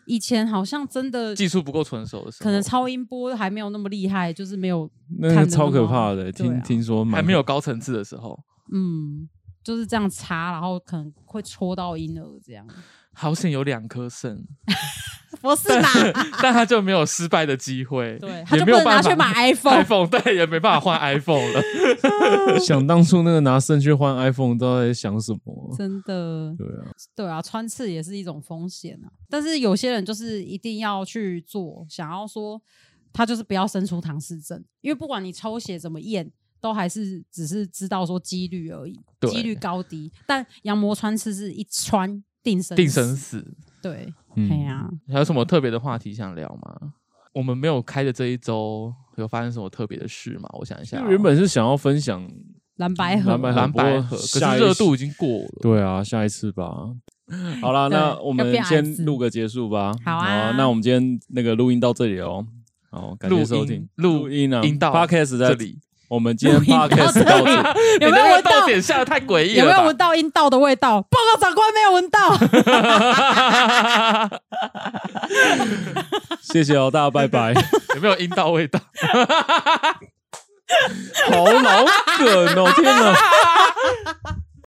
[SPEAKER 1] 以前好像真的
[SPEAKER 2] 技术不够成熟的时候，
[SPEAKER 1] 可能超音波还没有那么厉害，就是没有，
[SPEAKER 3] 那个超可怕的。
[SPEAKER 1] 看得到吗对
[SPEAKER 3] 听
[SPEAKER 1] 啊
[SPEAKER 3] 听说蛮
[SPEAKER 2] 还没有高层次的时候，
[SPEAKER 1] 嗯，就是这样插，然后可能会戳到婴儿这样。
[SPEAKER 2] 好险有两颗肾，
[SPEAKER 1] 不是啦，
[SPEAKER 2] 但他就没有失败的机会，
[SPEAKER 1] 对，他
[SPEAKER 2] 也
[SPEAKER 1] 就
[SPEAKER 2] 没
[SPEAKER 1] 不
[SPEAKER 2] 有
[SPEAKER 1] 能拿
[SPEAKER 2] 办法
[SPEAKER 1] 去买 iPhone，
[SPEAKER 2] iPhone，对，也没办法换 iPhone 了。
[SPEAKER 3] 想当初那个拿肾去换 iPhone，都在想什么？
[SPEAKER 1] 真的，
[SPEAKER 3] 对啊，
[SPEAKER 1] 对啊，穿刺也是一种风险啊。但是有些人就是一定要去做，想要说他就是不要生出唐氏症，因为不管你抽血怎么验。都还是只是知道说几率而已，
[SPEAKER 2] 对
[SPEAKER 1] 几率高低。但羊膜穿刺是一穿定生
[SPEAKER 2] 定生
[SPEAKER 1] 死，
[SPEAKER 2] 死，
[SPEAKER 1] 对，哎
[SPEAKER 3] 嗯，
[SPEAKER 1] 呀、
[SPEAKER 2] 还有什么特别的话题想聊吗？我们没有开的这一周有发生什么特别的事吗？我想一下
[SPEAKER 3] 因
[SPEAKER 2] 哦、
[SPEAKER 3] 为原本是想要分享，
[SPEAKER 1] 蓝白盒，
[SPEAKER 3] 蓝白
[SPEAKER 2] 嗯
[SPEAKER 3] 盒
[SPEAKER 2] 蓝白河，
[SPEAKER 3] 不过
[SPEAKER 2] 可是
[SPEAKER 3] 下一
[SPEAKER 2] 热度已经过了。
[SPEAKER 3] 对啊，下一 次吧。好啦，
[SPEAKER 1] 对
[SPEAKER 3] 那我们
[SPEAKER 1] 要变
[SPEAKER 3] 先
[SPEAKER 1] 矮子
[SPEAKER 3] 录个结束吧。
[SPEAKER 1] 好啊
[SPEAKER 3] 那我们今天那个录音到这里哦。好，感
[SPEAKER 2] 录
[SPEAKER 3] 谢
[SPEAKER 2] 音
[SPEAKER 3] 收听
[SPEAKER 2] 录
[SPEAKER 3] 音啊
[SPEAKER 2] 音到
[SPEAKER 3] podcast 在
[SPEAKER 2] 这里，
[SPEAKER 3] 我们今天
[SPEAKER 1] 录音到
[SPEAKER 3] podcast 到这里。
[SPEAKER 1] 哦啊有
[SPEAKER 2] 你
[SPEAKER 1] 没有
[SPEAKER 2] 那
[SPEAKER 1] 闻到
[SPEAKER 2] 个逗点下的太诡异
[SPEAKER 1] 有没有
[SPEAKER 2] 了
[SPEAKER 1] 闻
[SPEAKER 2] 吧？
[SPEAKER 1] 到阴道的味道？报告长官没有闻到。
[SPEAKER 3] 谢谢哦，大家拜 拜。
[SPEAKER 2] 有没有阴道味道？
[SPEAKER 3] 好老梗哦，天哪！